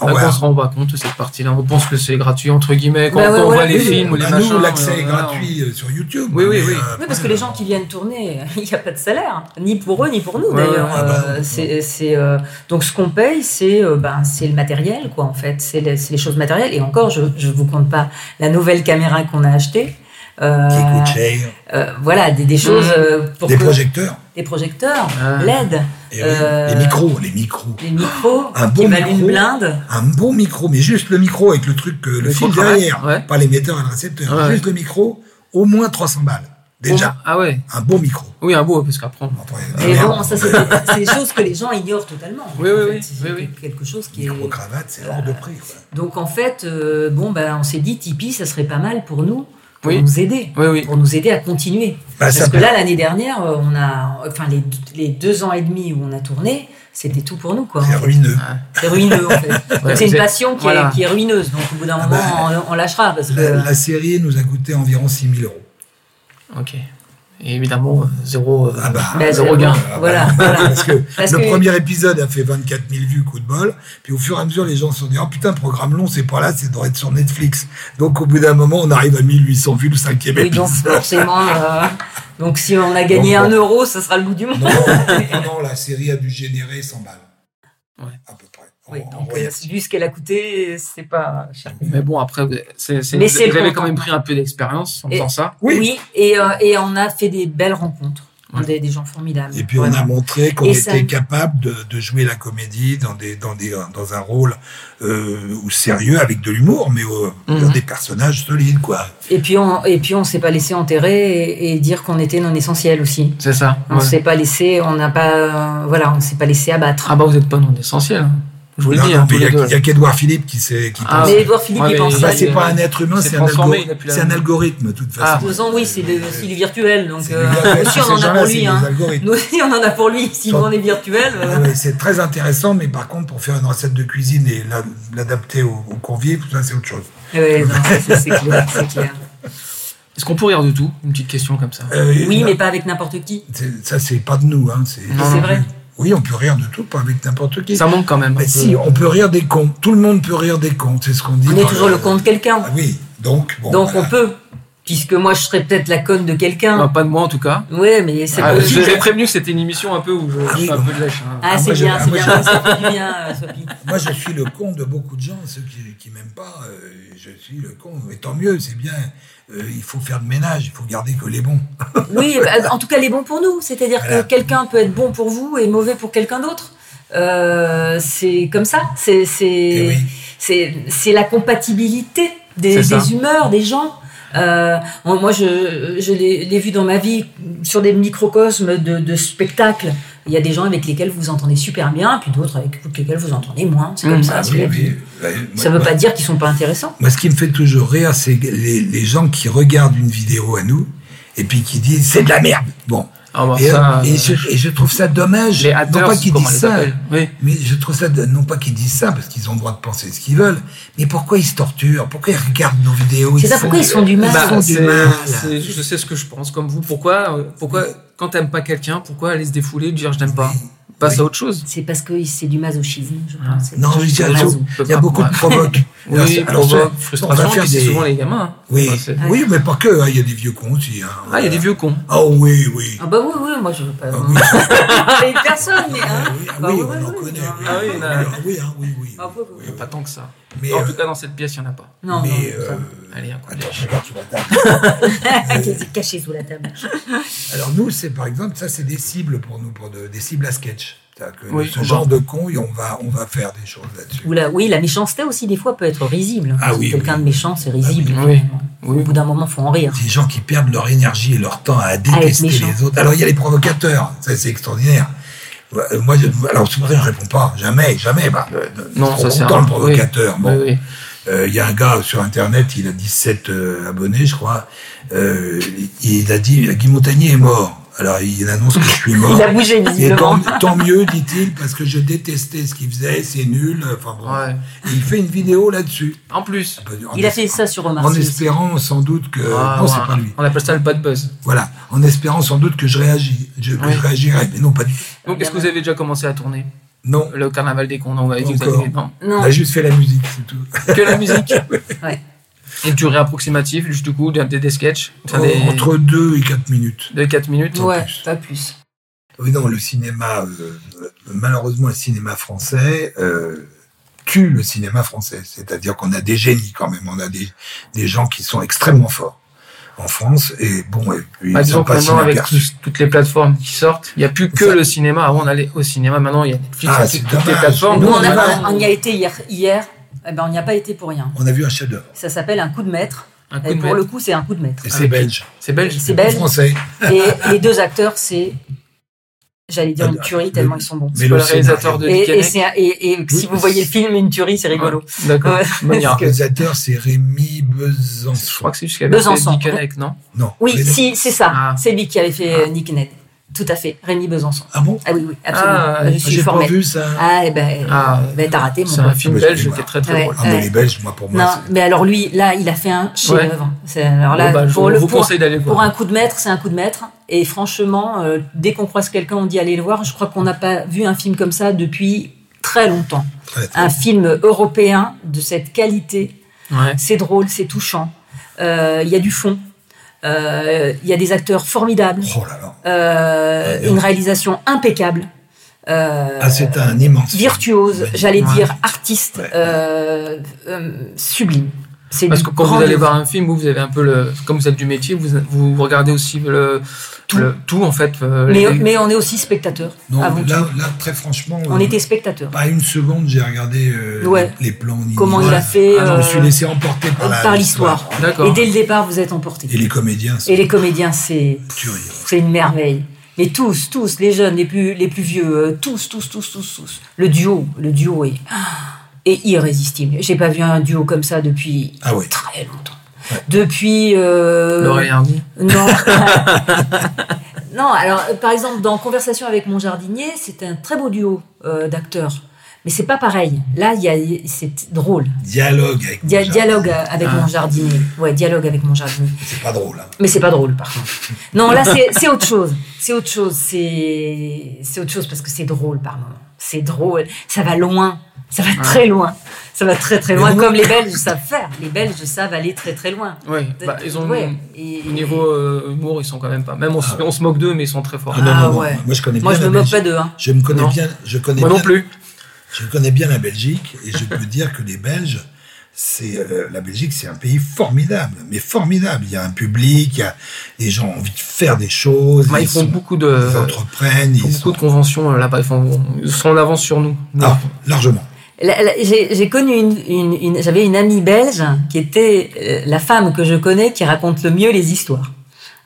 B: Au
C: Bah,
B: revoir.
C: On se rend pas compte de cette partie-là. On pense que c'est gratuit, entre guillemets, quand,
A: Bah ouais,
C: quand on
A: voilà,
C: voit les
A: oui,
C: films ou les
B: Bah,
C: machins.
B: nous, l'accès
C: euh,
B: est
C: voilà,
B: gratuit euh, sur YouTube.
C: Oui, oui,
B: mais, euh,
C: oui.
A: Oui, parce que les gens qui viennent tourner, [LAUGHS] il n'y a pas de salaire, ni pour eux, ni pour nous
C: Ouais,
A: d'ailleurs.
C: ouais,
B: ouais, bah
A: Euh,
B: non.
A: c'est- c'est, euh, donc ce qu'on paye, c'est euh, ben, c'est le matériel, quoi, en fait. C'est les, c'est les choses matérielles. Et encore, je ne vous compte pas la nouvelle caméra qu'on a achetée. Euh,
B: Qui
C: bah,
B: coûtent cher. Mmh.
A: euh, voilà, des, des choses
C: Mhm.
A: euh, pour
B: Des
A: que-
B: projecteurs.
A: des projecteurs,
C: Ah.
A: LED,
B: Et oui,
A: Euh,
B: Les micros, les micros.
A: des micros
B: Un
A: qui
B: bon
A: valent une
B: micro.
A: blinde.
B: Un bon micro, mais juste le micro avec le truc, euh, le,
C: Le
B: fil
C: micro cravache,
B: derrière.
C: ouais.
B: Pas l'émetteur et le récepteur.
C: Ouais,
B: juste le micro, au moins 300 balles.
C: ouais.
B: Déjà,
C: Ah ouais.
B: un bon micro.
C: Oui, un beau, parce qu'après. on-
B: Après,
A: Mais
B: Ah, merde.
A: bon, ça,
B: [LAUGHS]
A: c'est des- c'est des choses que les gens ignorent totalement.
C: Oui,
A: En
C: oui,
A: fait,
C: oui,
A: c'est
C: oui, oui.
A: Quelque chose qui est.
B: Micro-cravate, c'est hors de prix. quoi.
A: Donc en fait, euh, bon, ben, on s'est dit Tipeee, ça serait pas mal pour nous, pour
C: Oui.
A: nous aider,
C: Oui, oui.
A: pour nous aider à continuer.
B: Bah,
A: Parce
B: ça
A: que
B: peut-
A: là, l'année dernière, euh, on a, enfin les, les deux ans et demi où on a tourné, c'était tout pour nous, quoi.
B: C'est ruineux.
A: C'est ruineux, en fait.
C: [LAUGHS] Ouais,
A: c'est une
C: c'est-
A: passion qui,
C: voilà.
A: est, qui est ruineuse. Donc, au bout d'un
B: Ah
A: moment, on, on lâchera. Parce que...
B: La, la série nous a coûté environ 6 000 euros.
C: Ok. Et évidemment, euh, zéro, euh,
B: Ah bah.
A: Ben,
C: zéro gain.
B: Ah
A: Voilà,
B: bah,
A: voilà.
B: [LAUGHS] Parce que
A: Parce
B: le
A: que-
B: premier épisode a fait 24 000 vues, coup de bol. Puis au fur et à mesure, les gens se sont dit Oh putain, programme long, c'est pas là, c'est doit être sur Netflix. Donc au bout d'un moment, on arrive à 1800 vues le cinquième
A: Oui, donc, [LAUGHS]
B: épisode.
A: forcément. euh, donc, si on a gagné
B: Donc,
A: un
B: bon.
A: euro, ça sera le bout du monde.
B: Non, non, non, la série a dû générer 100 balles.
C: Ouais.
B: À peu près. En-
A: Oui,
B: en
A: donc, euh,
B: royalties.
A: vu ce qu'elle a coûté, c'est pas cher.
C: Mais bon, après, vous- c'est, c'est,
A: Mais
C: vous,
A: c'est
C: vous avez
A: content.
C: quand même pris un peu d'expérience en
A: Et-
C: faisant ça.
A: Oui,
B: Oui.
A: et, euh, et on a fait des belles rencontres. On a Des, des gens formidables.
B: Et puis on
A: Vraiment.
B: a montré qu'on
A: Et
B: était
A: ça-
B: capable de, de jouer la comédie dans des dans des dans un rôle euh, ou sérieux avec de l'humour, mais euh,
C: Mhm.
B: dans des personnages solides quoi.
A: Et puis on et puis on s'est pas laissé enterrer et, et dire qu'on était non essentiel aussi.
C: C'est ça.
A: On
C: ouais.
A: s'est pas laissé, on n'a pas, euh, voilà, on s'est pas laissé abattre.
C: Ah bah, vous n'êtes pas non essentiel. hein. Je vous le
B: Non,
C: dis,
B: non,
C: hein,
B: mais
C: tous
B: il y
C: les
B: a,
C: deux.
B: il y a qu'Edouard Philippe qui sait qui
C: Ah,
B: pense.
A: mais Edouard Philippe,
C: Ouais,
A: il
C: mais-
A: pense
B: Ça,
A: à
C: il-
B: c'est
A: lui.
B: pas un être humain,
C: il s'est
B: c'est un,
C: transformé,
B: algo-
C: il a plus la
B: c'est un
C: même-
B: algorithme, de toute
C: Ah.
B: façon.
A: De toute façon, oui, c'est de- c'est du virtuel, donc
B: C'est
A: euh,
B: du
A: [LAUGHS]
B: virtuel,
A: nous aussi
B: c'est
A: on en
B: ces
A: a
B: gens-là,
A: pour
B: c'est
A: lui.
B: des
A: hein.
B: algorithmes.
A: Nous aussi on en a pour lui. Si
B: Sans-
A: on est virtuel, euh,
B: Ah ouais, c'est très intéressant, mais par contre, pour faire une recette de cuisine et la- l'adapter aux, aux convives, tout ça, c'est autre chose.
A: ouais, non, c'est c'est clair, c'est clair.
C: Est-ce qu'on peut rire de tout Une petite question comme ça.
B: Euh, et
A: Oui,
B: là,
A: mais pas avec n'importe qui.
B: c'est- Ça, c'est pas de nous. Hein, c'est
C: Non,
A: C'est vrai.
B: Oui, on peut rire de tout, pas avec n'importe qui.
C: Ça manque quand même. un
B: Mais
C: peu.
B: Bah, si, on peut rire des cons. Tout le monde peut rire des cons, c'est ce qu'on dit.
A: On est
B: dans
A: toujours le con de quelqu'un,
B: Ah oui, donc, bon.
A: donc
B: voilà.
A: on peut. Puisque moi je serais peut-être la conne de
C: Enfin,
A: quelqu'un.
C: pas de moi en tout cas.
A: Ouais, mais c'est
C: Ah,
A: pas-
C: je vous ai prévenu que c'était une émission un peu où je, je suis un peu de lèche. hein.
A: Ah,
B: Ah,
A: c'est
B: moi, je-
A: bien,
B: ah,
A: c'est
B: moi,
A: bien,
B: je-
A: ça fait du bien, euh, Sophie.
B: Moi, je suis le con de beaucoup de gens, ceux qui, qui m'aiment pas. euh, je suis le con. Mais tant mieux, c'est bien. Euh, il faut faire le ménage, il faut garder que les bons.
A: Oui, bah, en tout cas, les bons pour nous. C'est-à-dire
B: Voilà.
A: que quelqu'un peut être bon pour vous et mauvais pour quelqu'un d'autre. Euh, c'est comme ça. C'est
B: Eh
A: c'est
B: oui.
A: c'est c'est la compatibilité des,
C: C'est ça.
A: des humeurs des gens. Euh, bon, moi, je, je l'ai l'ai vu dans ma vie sur des microcosmes de, de spectacles. Il y a des gens avec lesquels vous vous entendez super bien, puis d'autres avec lesquels vous entendez moins. C'est comme
C: Mmh.
A: ça.
B: Ah
A: c'est
B: oui,
A: la vie.
B: oui. Ouais,
A: Ça
B: moi-
A: veut pas dire qu'ils sont pas intéressants.
B: Moi, ce qui me fait toujours rire, c'est les, les gens qui regardent une vidéo à nous et puis qui disent c'est de la merde. Bon.
C: Ah, bah,
B: et,
C: ça,
B: et
C: euh,
B: je, et je trouve ça dommage.
C: les
B: non
C: haters,
B: pas qu'ils
C: comment on
B: disent
C: les
B: ça.
C: appelle. Oui.
B: Mais je trouve ça, de- non pas qu'ils disent ça, parce qu'ils ont le droit de penser ce qu'ils veulent, mais pourquoi ils se torturent Pourquoi ils regardent nos vidéos
A: C'est ça, pourquoi ils se font du mal
B: Ils se font
C: Bah,
B: du
C: c'est-
B: mal.
C: c'est- je sais ce que je pense, comme vous. Pourquoi, euh, pourquoi quand t'aimes pas quelqu'un, pourquoi aller se défouler, dire je t'aime pas Passe
B: Oui.
C: à autre chose.
A: C'est parce que c'est du masochisme, je
C: Ah.
A: pense.
B: Non, je veux dire, il
C: Raison,
B: y a-
C: peut
B: il y a
C: pas-
B: beaucoup de
C: ouais.
B: provoques. Alors,
C: Oui,
B: alors,
C: provoque,
B: on va
C: frustration,
B: faire
C: puis c'est
B: des-
C: souvent les gamins. hein.
B: Oui,
C: Enfin, c'est-
B: oui, mais pas que. hein, Il y a des vieux cons aussi. hein.
C: Ah, il y a des vieux cons.
B: Ah oui, oui.
A: Ah bah oui, oui, moi je veux pas.
B: Ah oui.
A: Avec personne, mais hein.
B: [LAUGHS] Ah oui, ah
A: Bah
B: oui,
A: oui,
B: on
A: oui,
B: en
A: oui.
B: connaît.
A: Ah
B: Ah
C: oui,
B: oui,
C: on a-
B: ah oui, hein, oui, oui.
A: Ah oui, oui.
B: Oui,
C: Pas tant que ça.
B: Mais,
C: en
B: euh,
C: tout cas, dans cette pièce, il n'y en a pas.
A: Non,
B: mais,
A: non.
B: euh,
C: Allez, un coup de
B: attends,
C: lèche.
B: je regarde sur la table. euh,
A: [LAUGHS] caché sous la table.
B: Alors nous, c'est par exemple, ça c'est des cibles pour nous, pour de- des cibles à sketch. C'est-à-dire que
C: Oui,
B: ce
C: on
B: genre de con, et on va, on va faire des choses là-dessus.
A: Ou la- oui, la méchanceté aussi, des fois, peut être risible.
B: Ah oui,
A: Quelqu'un
B: oui.
A: de méchant, c'est risible.
C: Ah oui, oui.
A: Au bout d'un moment, faut en rire.
B: Des gens qui perdent leur énergie et leur temps à détester
A: méchant.
B: les autres. Alors il y a les provocateurs, ça c'est extraordinaire. Euh, Moi, je, alors c'est pour ça que je réponds pas, jamais, jamais. Bah, euh,
C: Non,
B: trop
C: ça sert
B: longtemps,
C: à-
B: le provocateur.
C: Oui,
B: Bon.
C: oui.
B: Euh, Il y a un gars sur Internet, il a 17 euh, abonnés, je crois. Euh, il a dit Guy Montagnier est mort. Alors il annonce que je suis
A: [LAUGHS]
B: mort.
A: Il a bougé,
B: Et tant,
A: visiblement.
B: tant mieux, dit-il, parce que je détestais ce qu'il faisait, c'est nul. Enfin, bon.
C: Ouais.
B: Et Il fait une vidéo là-dessus.
C: En plus.
B: En
A: Il a
B: es-
A: fait ça sur Omar
B: En
A: Sy.
B: espérant sans doute que.
C: Ah,
B: Euh, non, c'est
C: ouais.
B: pas lui.
C: On appelle ça le bad buzz.
B: Voilà. En espérant sans doute que je réagis, je, que
C: Ouais.
B: je réagirai. Mais non, pas du tout.
C: Donc, est-ce que vous avez déjà commencé à tourner
B: Non.
C: le carnaval des cons Non, vous avez dit que vous
B: Encore.
C: avez- non.
A: Non,
B: On a juste fait la musique, c'est tout.
C: Que la musique
A: [LAUGHS] Ouais.
C: Et une durée approximative, juste du coup, des, des sketchs. enfin,
B: Oh,
C: des-
B: Entre 2 et 4 minutes.
C: De 4 minutes.
A: ouais,
B: plus.
A: pas plus.
B: Oui, non, le cinéma, euh, euh, malheureusement, le cinéma français euh, tue le cinéma français. C'est-à-dire qu'on a des génies quand même, on a des, des gens qui sont extrêmement forts en France. Et bon, et puis,
C: Par
B: ils sont
C: exemple,
B: pas
C: Bah, maintenant, avec
B: inaperçus.
C: tous- toutes les plateformes qui sortent, il n'y a plus que
B: Ça.
C: le cinéma. Avant, on allait au cinéma. Maintenant, il y a Netflix,
B: Ah,
C: il y a
B: c'est
C: toutes les
B: dommage.
C: plateformes.
A: Nous,
B: Non,
A: on, a-
B: mais
A: on-
B: non.
A: on y a été hier. Hier, eh ben, on n'y a pas été pour rien.
B: On a vu un chef-d'œuvre.
A: Ça s'appelle un coup de maître.
C: Un coup
A: Et
C: de
A: pour
C: maître.
A: le coup, c'est un coup de maître.
B: Et
C: Avec
B: c'est
C: qui
B: belge.
C: Ah, C'est belge.
A: C'est belge.
B: Français.
A: Et les deux acteurs, c'est, j'allais
B: Ah,
A: dire une tuerie, tellement ils sont bons.
B: Mais
C: pas
B: le
C: le
B: réalisateur
C: réalisateur de-
A: Et, et
C: Keinec.
A: c'est- et- et si vous voyez le film, une tuerie, c'est Ah. rigolo.
C: D'accord.
A: Ouais.
C: Bon, il y a-
A: Parce que-
B: réalisateur, c'est Rémi Besançon.
C: Je crois que c'est jusqu'à
A: Besançon.
C: Dick Connect, non
B: Non.
A: Oui,
B: Rémi-
A: si, c'est ça.
C: Ah.
A: C'est lui qui avait fait euh, Nick Ned. Tout à fait, Rémi Besançon.
B: Ah bon
A: Ah oui, oui, absolument.
C: Ah,
A: je suis
B: J'ai pas
A: formelle.
B: vu ça.
A: Ah, eh ben,
C: Ah,
A: euh, ben, t'as raté, mon
C: C'est un
A: pote.
C: film
B: Bah, je
C: belge
B: vais
C: qui
B: voir.
C: est très très
A: Ouais.
C: drôle.
B: Ah, mais
A: Ouais.
B: les Belges, moi, pour moi,
A: euh, Non,
B: c'est-
A: mais alors lui, là, il a fait un chef-d'œuvre. C'est- Alors là,
C: Bon, bah, je
A: pour, le,
C: vous
A: pour,
C: conseille d'aller le
A: pour
C: voir.
A: un coup de maître, c'est un coup de maître. Et franchement, euh, dès qu'on croise quelqu'un, on dit allez le voir. Je crois qu'on n'a pas vu un film comme ça depuis très longtemps.
B: très, très-
A: Un film européen de cette qualité.
C: Ouais.
A: C'est drôle, c'est touchant. Euh, Il y a du fond. Euh, Il y a des acteurs formidables.
B: Oh là là.
A: Euh, une réalisation impeccable. Euh,
B: Ah, c'est un immense. film.
A: virtuose, j'allais
C: Ouais.
A: dire artiste,
B: Ouais.
A: euh, euh, sublime. C'est
C: Parce
A: du
C: que quand vous
A: grand
C: allez
A: niveau.
C: voir un film, vous, vous avez un peu le, comme vous êtes du métier, vous, vous regardez aussi le
A: Tout.
C: le- tout, en fait. euh,
A: Mais,
C: les-
A: mais on est aussi spectateur.
B: Non,
A: avant tout.
B: là, là, très franchement,
A: On
B: euh,
A: était spectateur.
B: pas une seconde, j'ai regardé euh,
A: Ouais.
B: les plans.
A: Comment il
B: initiaux.
A: a fait
B: Ah non, Je me
A: euh,
B: suis laissé emporter par, la-
A: par l'histoire. Et
C: D'accord.
A: dès le départ, vous êtes emporté.
B: Et les comédiens,
A: Et
B: c'est
A: les comédiens, c'est
B: tuerie.
A: c'est une merveille. Mais tous, tous, les jeunes, les plus, les plus vieux, euh, tous, tous, tous, tous, tous. Le duo, le duo est, est irrésistible. J'ai pas vu un duo comme ça depuis
B: Ah ouais.
A: très longtemps. Depuis euh,
C: Laurel Hardy.
A: Non.
B: [LAUGHS]
A: [LAUGHS] non, alors euh, par exemple dans Conversation avec mon jardinier, c'est un très beau duo euh, d'acteurs. Mais c'est pas pareil. Là, il y a- c'est drôle.
B: Dialogue avec
A: Dia-
B: mon
A: dialogue euh, avec
C: Ah.
A: mon jardinier. Ouais, dialogue avec mon jardinier.
B: jardin. C'est pas drôle. hein.
A: Mais c'est pas drôle, par contre. Non, là, c'est c'est autre chose. C'est autre chose. C'est c'est autre chose parce que c'est drôle par moment. C'est drôle. Ça va loin. Ça va très loin. Ça va très très loin.
B: Mais
A: Comme les Belges savent faire. Les Belges savent aller très très loin.
C: Oui, bah, ils ont.
A: Ouais, et-
C: Au niveau euh, humour, ils sont quand même pas. Même on, se-
B: Ah.
C: on se moque d'eux, mais ils sont très forts.
B: Ah non,
A: Ah
B: non, non.
A: ouais.
B: Moi, je connais
A: Moi,
B: bien
A: je me
B: la
A: moque
B: Belgique.
A: pas d'eux. Hein.
B: Je me connais
C: Non.
B: bien, je connais
C: Moi
B: bien,
C: non plus.
B: je connais bien la Belgique et je peux dire que les Belges, c'est euh, la Belgique, c'est un pays formidable, mais formidable. Il y a un public, il y a les gens ont envie de faire des choses,
C: Bah, ils font
B: sont-
C: beaucoup
B: ils
C: de.
B: entreprennent,
C: font
B: ils
C: beaucoup
B: sont
C: de conventions euh, là-bas. Ils, font- ils sont en avance sur nous.
B: ah, largement.
A: La- la- J'ai j'ai connu une, une- une- j'avais une amie belge qui était euh, la femme que je connais qui raconte le mieux les histoires.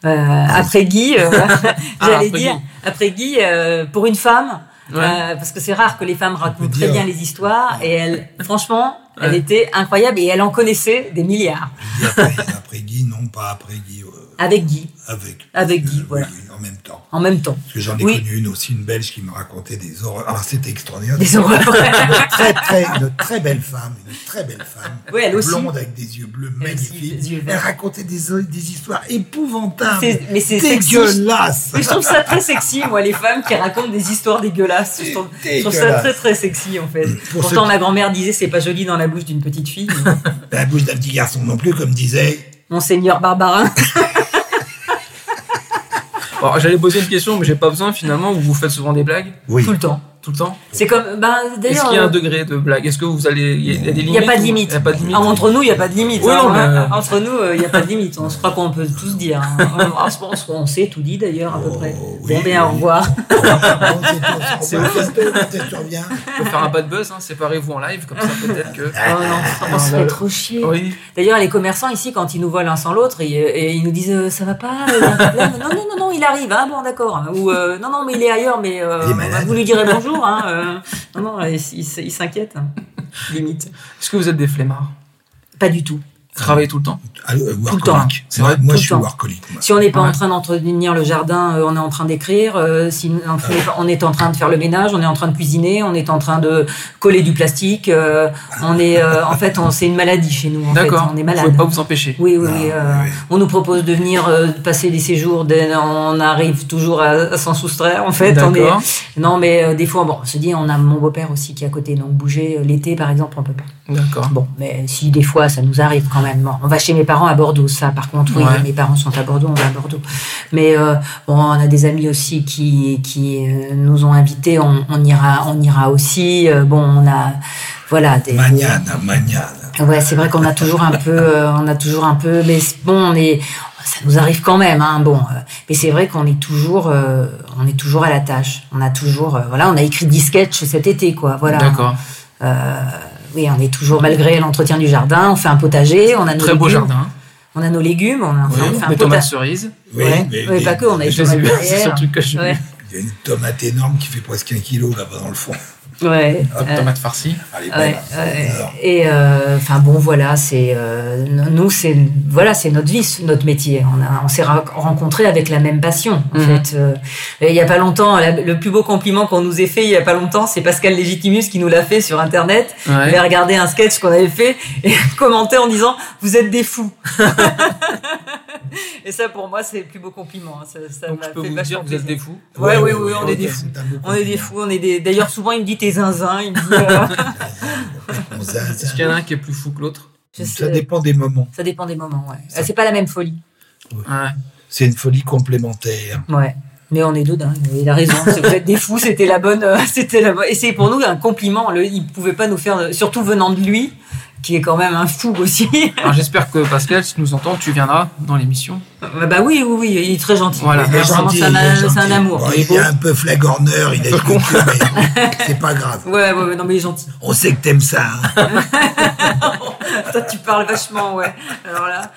A: Euh, après Guy,
C: [LAUGHS]
A: euh, [LAUGHS] j'allais
C: Ah. après
A: dire,
C: Guy.
A: après Guy, euh, pour une femme,
C: Ouais.
A: euh, parce que c'est rare que les femmes
B: peut
A: racontent très
B: dire.
A: bien les histoires, et
C: [LAUGHS]
A: elle, franchement, elle
C: Ouais.
A: était incroyable et elle en connaissait des milliards.
B: Je dis après, [LAUGHS] après Guy, non pas après Guy, euh,
A: Avec Guy,
B: avec.
A: Avec Guy,
B: oui,
A: voilà.
B: en même temps.
A: en même temps.
B: Parce que j'en ai
A: Oui.
B: connu une aussi, une Belge qui me racontait des horreurs. Alors c'était extraordinaire.
C: [LAUGHS]
A: Des horreurs. [LAUGHS]
B: Une très, très, une très belle femme, une très belle femme.
A: Oui, elle aussi.
B: Blonde avec des yeux bleus
A: Elle aussi,
B: magnifiques.
A: des yeux verts.
B: elle racontait des, des histoires épouvantables.
A: C'est- mais c'est sexy.
B: dégueulasse.
A: Mais je trouve ça très sexy, moi, les femmes qui racontent des histoires dégueulasses. Je trouve, je trouve ça
B: Dégueulasse.
A: très très sexy, en fait.
B: Pour
A: Pourtant,
B: ceux
A: ma grand-mère disait c'est pas joli dans la bouche d'une petite
B: [LAUGHS]
A: fille.
B: La bouche d'un petit garçon non plus, comme disait.
A: Monseigneur Barbarin.
C: Alors, J'allais poser une question, mais j'ai pas besoin finalement. Vous vous faites souvent des blagues
B: Oui.
A: Tout le temps.
C: tout le temps.
A: C'est comme. Ben,
C: Est-ce
A: D'ailleurs,
C: qu'il y a un degré de blague Est-ce que vous allez Il y a- il y a des
A: il n'y
C: limites
A: a pas de
C: ou-
A: limite.
C: Il y a pas de limite.
A: Ah, entre nous, il n'y a pas de limite.
C: Oui,
A: hein.
C: non, mais-
A: Entre nous, euh, il n'y a pas de limite. On se croit qu'on peut tous dire.
C: [LAUGHS]
A: hein. On, je pense qu'on s'est tout dit, d'ailleurs, à peu
B: Oh,
A: près.
B: oui,
A: bon, bien,
B: oui.
A: au revoir.
B: Voilà, bon, c'est
C: C'est
B: tout.
C: vrai.
B: Peut-être tu reviens.
C: On peut faire un bad buzz. Hein. Séparez-vous en
A: [LAUGHS]
C: live, comme ça peut-être que.
B: Ah.
A: Oh non, on se fait trop chier.
C: Oui.
A: D'ailleurs, les commerçants ici, quand ils nous voient l'un sans l'autre, ils, et ils nous disent euh, ça va pas, il y a un problème. non non non non, il arrive, ah bon d'accord, ou euh, non non mais il est ailleurs, mais euh,
B: Il est malade.
A: vous lui direz bonjour, hein, euh. non non, il, s- il s'inquiète, hein. limite.
C: Est-ce que vous êtes des flemmards
A: Pas du tout.
C: Vous travaillez tout le temps.
B: Ah, euh,
A: Tout le temps.
B: workaholic.
C: C'est vrai,
B: moi,
A: tout
B: je
A: le
B: suis
A: temps.
B: workaholic. moi.
A: Si on n'est pas
C: Ouais.
A: en train d'entretenir le jardin, euh, on est en train d'écrire. euh, si on, fait- on est en train de faire le ménage, on est en train de cuisiner, on est en train de coller du plastique. euh, on est, euh, en fait, on- c'est une maladie chez nous. En fait,
C: D'accord.
A: on est
C: Vous
A: malade.
C: pouvez pas vous empêcher.
A: Oui, oui,
B: Non,
A: oui, euh,
B: oui.
A: On nous propose de venir euh, passer des séjours. des- on arrive toujours à, à s'en soustraire, en fait. On
C: D'accord.
A: est- non, mais euh, des fois, bon, on se dit, on a mon beau-père aussi qui est à côté. Donc, bouger euh, l'été, par exemple, on peut pas.
C: D'accord.
A: Bon, mais si, des fois, ça nous arrive quand même. Bon, on va chez mes parents à Bordeaux, ça. Par contre, oui,
C: Ouais.
A: mes parents sont à Bordeaux, on va à Bordeaux. Mais euh, bon, on a des amis aussi qui, qui euh, nous ont invités. On, on ira, on ira aussi. Euh, bon, on a... Voilà, des,
B: Magnana, magnana.
A: Ouais, c'est vrai qu'on a toujours un peu, euh, on a toujours un peu, mais c'est- bon, on est, ça nous arrive quand même, hein, bon. euh, mais c'est vrai qu'on est toujours, euh, on est toujours à la tâche. On a toujours, euh, voilà, on a écrit 10 sketchs cet été, quoi. Voilà.
C: D'accord.
A: Euh, oui, on est toujours malgré l'entretien du jardin, on fait un potager, on a nos
C: Très
A: légumes,
C: beau jardin.
A: on a nos légumes, on a, enfin,
C: Oui,
A: on fait un
C: des
A: potager.
C: tomates cerises.
B: Oui,
A: ouais.
B: mais
A: Ouais,
B: des-
A: pas que, on a des
C: Je les ai
A: tomates
C: vues,
A: derrière.
C: c'est le truc que je
A: Ouais.
B: Il y a une tomate énorme qui fait presque un kilo là-bas dans le fond.
A: Ouais.
D: Hop,
A: euh,
D: tomate farcie.
B: [LAUGHS] Elle est
A: Ouais,
B: belle. hein.
A: ouais.
B: Alors,
A: Et euh, enfin bon, voilà, c'est euh, nous, c'est voilà, c'est notre vie, c'est notre métier. On, a- on s'est ra- rencontrés avec la même passion. En
C: Mhm.
A: fait, Euh, et il y a pas longtemps, la- le plus beau compliment qu'on nous ait fait il y a pas longtemps, c'est Pascal Légitimus qui nous l'a fait sur Internet. Il
C: Ouais.
A: avait regardé un sketch qu'on avait fait et [LAUGHS] commenté en disant "Vous êtes des fous." [LAUGHS] et ça, pour moi, c'est le plus beau compliment. hein. Ça, ça
C: Donc
A: m'a
C: je peux
A: fait
C: vous
A: vachement
C: dire, vous êtes
A: plaisir.
C: des fous.
A: Ouais,
B: ouais,
A: oui, oui,
B: ouais,
A: on est
B: ouais,
A: des
B: c'est
A: fous.
B: un beau
A: On est des
B: compliment.
A: fous, on est des. D'ailleurs, souvent, il me dit tes zinzins. Il me dit,
C: [LAUGHS]
A: euh,
B: [LAUGHS] On zaze.
C: Est-ce qu'il y en a un qui est plus fou que l'autre
A: je
B: Ça
A: sais-
B: dépend des moments.
A: Ça dépend des moments, ouais. Euh, C'est pas la même folie.
C: Ouais.
B: C'est une folie complémentaire.
A: Ouais. Mais on est deux dingues. Il a raison. c'est- Vous êtes des fous. C'était la bonne. euh, [LAUGHS] c'était la bonne- Et c'est pour nous un compliment. Le, il pouvait pas nous faire, euh, surtout venant de lui, qui est quand même un fou aussi. [LAUGHS]
C: Alors j'espère que Pascal, si tu nous entends, tu viendras dans l'émission.
A: bah bah oui, oui, oui. Il est très gentil.
C: Voilà.
B: Il est
A: Vraiment,
B: gentil,
A: c'est un,
B: il est
A: c'est un
B: gentil.
A: amour.
B: Bon,
A: il est beau.
B: il est un peu flagorneur, il est cocu, mais
A: [LAUGHS]
B: c'est pas grave.
A: Ouais, ouais, ouais, non mais il est gentil. [LAUGHS]
B: On sait que t'aimes ça. hein.
A: Toi, tu parles vachement, ouais. Alors là,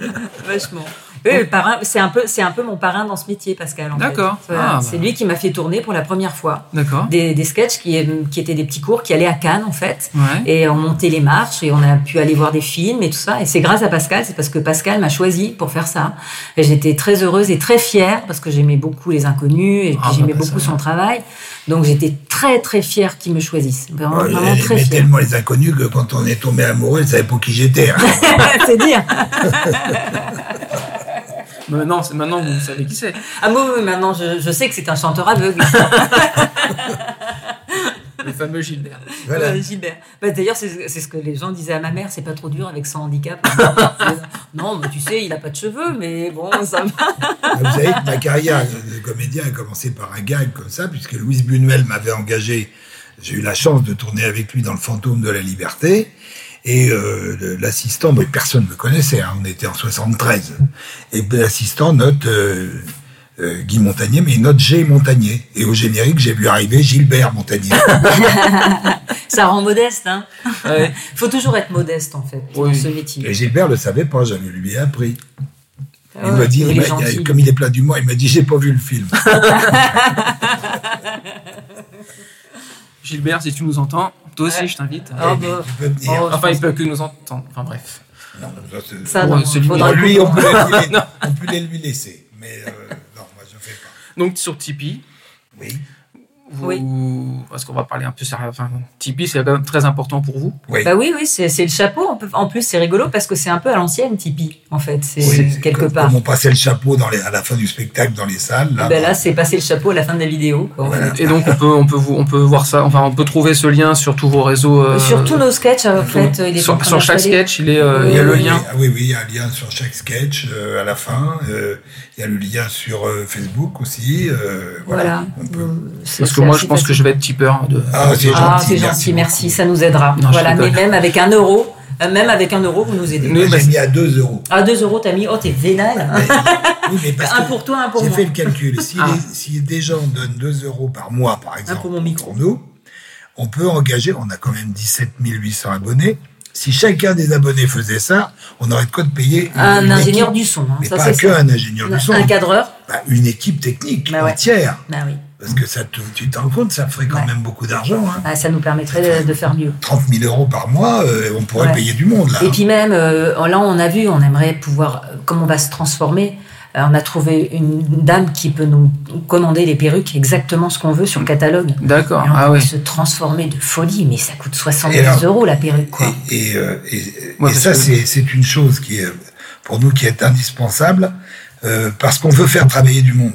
A: [LAUGHS] vachement. Oui, le parrain, c'est un peu, c'est un peu mon parrain dans ce métier, Pascal. en fait.
C: D'accord.
A: Voilà.
C: Ah,
A: c'est
C: bah.
A: lui qui m'a fait tourner pour la première fois.
C: D'accord.
A: Des, des sketchs qui, qui étaient des petits cours qui allaient à Cannes, en fait.
C: Ouais.
A: Et on montait les marches et on a pu aller voir des films et tout ça. Et c'est grâce à Pascal, c'est parce que Pascal m'a choisi pour faire ça. Et j'étais très heureuse et très fière parce que j'aimais beaucoup les inconnus et puis
C: Ah, bah,
A: j'aimais
C: bah, ça
A: beaucoup
C: va.
A: son travail. Donc j'étais très très fière qu'il me choisisse. Vraiment,
C: Oh,
B: Bon, il
A: vraiment très
B: aimait
A: fière.
B: tellement les inconnus que quand on est tombé amoureux, il savait pas qui
A: [LAUGHS]
B: j'étais. hein.
A: c'est dire.
C: Mais Maintenant, Bah, c'est- maintenant, vous savez qui c'est.
A: Ah bon, oui, maintenant je, je sais que c'est un chanteur
C: [LAUGHS]
A: aveugle, euh,
C: Le fameux Gilbert.
B: Voilà.
A: euh, Gilbert. Bah, D'ailleurs, c'est c'est ce que les gens disaient à ma mère, c'est pas trop dur avec son handicap. [LAUGHS] non, mais tu sais, il a pas de cheveux, mais bon, ça va.
B: Ah, Vous savez que ma carrière de comédien a commencé par un gag comme ça, puisque Louise Bunuel m'avait engagé. J'ai eu la chance de tourner avec lui dans Le Fantôme de la Liberté. Et euh, le- l'assistant, bon, personne ne me connaissait, hein, on était en 73. Et ben, l'assistant note euh, euh, Guy Montagnier, mais il note G Montagnier. Et au générique, j'ai vu arriver Gilbert
A: [LAUGHS]
B: Montagnier.
A: Ça rend modeste, hein.
C: Ouais.
A: Faut toujours être modeste en fait
C: Oui.
A: dans ce métier.
B: Et Gilbert le savait pas, j'avais lui ai appris. Il
A: Ah Ouais,
B: m'a dit,
A: il
B: il
A: est
B: m'a-
A: gentil.
B: comme il est plat du mois, il m'a dit, j'ai pas vu le film.
C: Gilbert, si tu nous entends, toi aussi,
A: Ouais.
C: je t'invite.
A: Ah,
B: Eh ben,
A: bah.
B: tu peux venir.
A: Oh, je
C: Enfin,
A: pense
C: il peut que nous entendre. Enfin, bref.
B: Non, ça, c'est-
A: Ça,
C: Ouais,
A: non,
C: c'est lui.
A: faudra
B: Bon,
A: le
B: Bah, lui,
A: [LAUGHS]
B: on
A: comprendre.
B: peut, les lui, on peut les lui laisser. Mais euh, non, moi, je ne fais pas.
C: Donc, sur Tipeee,
B: Oui.
C: vous...
A: Oui.
C: parce qu'on va parler un peu sérieux. Enfin, Tipeee, c'est quand même très important pour vous.
B: Oui.
A: Bah oui, oui, c'est c'est le chapeau. En peu- En plus, c'est rigolo parce que c'est un peu à l'ancienne Tipeee, en fait, c'est
B: Oui,
A: quelque
B: comme-
A: part.
B: Comme on passait le chapeau dans les, à la fin du spectacle dans les salles. Là,
A: Bah là, c'est passer le chapeau à la fin de la vidéo. quoi, en
B: Voilà.
A: fait.
C: Et donc, on peut, on peut, vous, on peut voir ça. Enfin, on peut trouver ce lien sur tous vos réseaux. euh,
A: Sur tous nos sketchs, en fait, euh, il est en
C: sur,
A: train
C: sur chaque
A: d'installer.
C: sketch, il, est, euh, il y a
A: Oui,
C: le
A: oui,
C: lien.
B: Ah Oui, oui, il y a un lien sur chaque sketch euh, à la fin. euh, Il y a le lien sur euh, Facebook aussi. euh, voilà.
A: Voilà.
B: on peut-
A: C'est-
C: Parce que
A: c'est
C: moi,
A: assez
C: je pense que
A: facile.
C: je vais être tipeur. De...
B: Ah, c'est gentil.
A: Ah, c'est gentil, merci, ça nous aidera.
C: Non, je
A: voilà, mais
C: rigole.
A: même avec un euro, euh, même avec un euro, vous nous aidez.
C: Oui,
B: Moi,
C: bah,
B: j'ai mis à
A: [LAUGHS]
B: 2 euros.
A: Ah, deux euros, t'as mis, oh, t'es vénal.
B: Mais- oui, mais parce
A: Un
B: que-
A: pour toi, un pour
B: J'ai
A: moi.
B: fait le calcul. Si,
C: Ah.
B: les- si des gens donnent 2 euros par mois, par exemple,
A: Ah, pour mon micro.
B: nous, on peut engager, on a quand même 17 800 abonnés. Si chacun des abonnés faisait ça, on aurait de quoi de payer une-
A: Un
B: une
A: ingénieur
B: équipe.
A: du son, hein,
B: Mais
A: ça
B: pas
A: c'est
B: que
A: ça.
B: un ingénieur du son,
A: Un cadreur,
B: bah, une équipe technique
A: Bah ouais.
B: entière.
A: bah oui.
B: Parce que ça, te- tu t'en compte, ça ferait quand
A: Ouais.
B: même beaucoup d'argent. hein.
A: Ah, ça nous permettrait de- de faire mieux.
B: 30 000 euros par mois, euh, on pourrait
A: Ouais.
B: payer du monde là.
A: Et
B: hein.
A: puis même, euh, là, on a vu, on aimerait pouvoir, euh, comme on va se transformer, euh, on a trouvé une dame qui peut nous commander les perruques exactement ce qu'on veut sur le catalogue. Et
C: D'accord.
A: on
C: Ah
A: peut
C: ouais.
A: se transformer de folie, mais ça coûte
B: Et
A: 70
B: alors-
A: euros la perruque, quoi.
B: Et, et, euh, et- et
C: Ouais,
B: ça,
C: parce que-
B: c'est c'est une chose qui est, pour nous, qui est indispensable, euh, parce qu'on veut faire travailler du monde.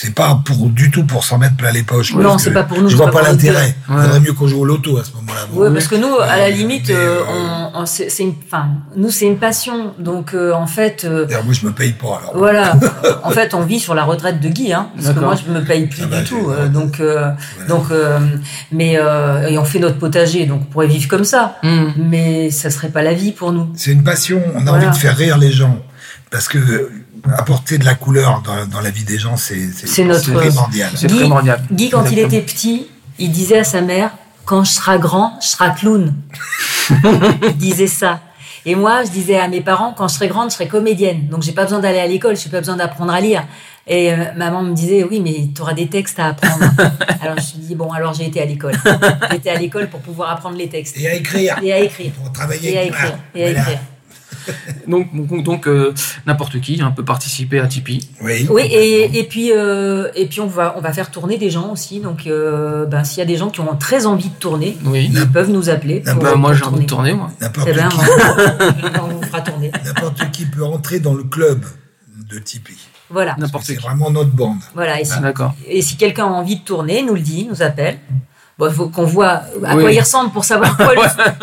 B: C'est pas pour, du tout pour s'en mettre plein les poches.
A: Non,
B: parce
A: c'est
B: que
A: pas pour nous,
B: Je
A: c'est
B: vois
A: pas
B: pas
A: pour les
B: l'intérêt. Il
C: deux.
B: faudrait mieux qu'on joue au loto à ce moment-là. bon.
A: Ouais, parce que nous, à la limite,
B: Mais,
A: euh,
B: euh,
A: on, on- c'est c'est une, enfin, nous, c'est une passion. Donc, euh, en fait, euh,
B: D'ailleurs, moi, je me paye pas, alors. [LAUGHS]
A: Voilà. en fait, on vit sur la retraite de Guy, hein, parce que
C: D'accord.
A: moi, je me paye plus
B: Ah bah,
A: du tout.
B: j'ai-
A: euh, donc, euh,
B: Voilà.
A: donc, euh, mais euh, et on fait notre potager, donc on pourrait vivre comme ça.
C: Hmm.
A: Mais ça serait pas la vie pour nous.
B: C'est une passion. On a
A: Voilà.
B: envie de faire rire les gens. Parce que euh, apporter de la couleur dans, dans la vie des gens, c'est
A: C'est notre-
B: c'est primordial.
C: C'est
A: Guy-
C: primordial.
A: Guy, quand il était
C: Exactement.
A: petit, il disait à sa mère Quand je serai grand, je serai [LAUGHS] clown. il disait ça. Et moi, je disais à mes parents Quand je serai grande, je serai comédienne. Donc, j'ai pas besoin d'aller à l'école, j'ai pas besoin d'apprendre à lire. Et euh, maman me disait, oui, mais tu auras des textes à apprendre. [LAUGHS] alors je me dis, bon, alors j'ai été à [LAUGHS] l'école. J'ai été à l'école pour pouvoir apprendre les textes.
B: Et à écrire.
A: Et à écrire.
B: Pour travailler.
A: Et à écrire.
B: Ah,
A: Et à
B: voilà.
A: écrire.
C: Donc, donc, donc, euh, n'importe qui hein, peut participer à Tipeee.
B: Oui.
A: Oui, et, et puis, euh, et puis on, va, on va faire tourner des gens aussi. Donc, euh, ben, s'il y a des gens qui ont très envie de tourner,
C: Oui.
A: ils peuvent nous appeler.
B: Ah
A: pour-
C: Bah,
A: pour
C: moi, j'ai envie de tourner, moi.
B: N'importe
A: Eh ben,
B: qui,
A: [LAUGHS] on, on vous fera tourner.
B: n'importe qui peut entrer dans le club de Tipeee.
A: Voilà.
C: N'importe
B: C'est
C: qui.
B: vraiment notre bande.
A: voilà. Et si,
C: D'accord.
A: et si quelqu'un a envie de tourner, nous le dit, nous appelle. Bon, faut qu'on voit à quoi
C: Oui.
A: il ressemble pour savoir quoi
C: [LAUGHS]
A: lui,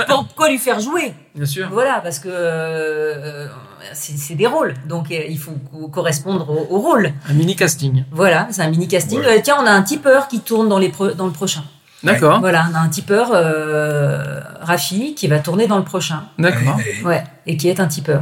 A: pour quoi lui faire jouer.
C: Bien sûr.
A: Voilà, parce que euh, c'est c'est des rôles. Donc, euh, il faut co- correspondre au, au rôle.
C: Un mini casting.
A: Voilà, c'est un mini casting.
B: Ouais.
A: Euh, tiens, on a un tipeur qui tourne dans, les pro- dans le prochain.
C: D'accord.
A: Voilà, on a un tipeur, euh, Rafi, qui va tourner dans le prochain.
C: D'accord.
B: Et- et-
A: Ouais, et qui est un tipeur.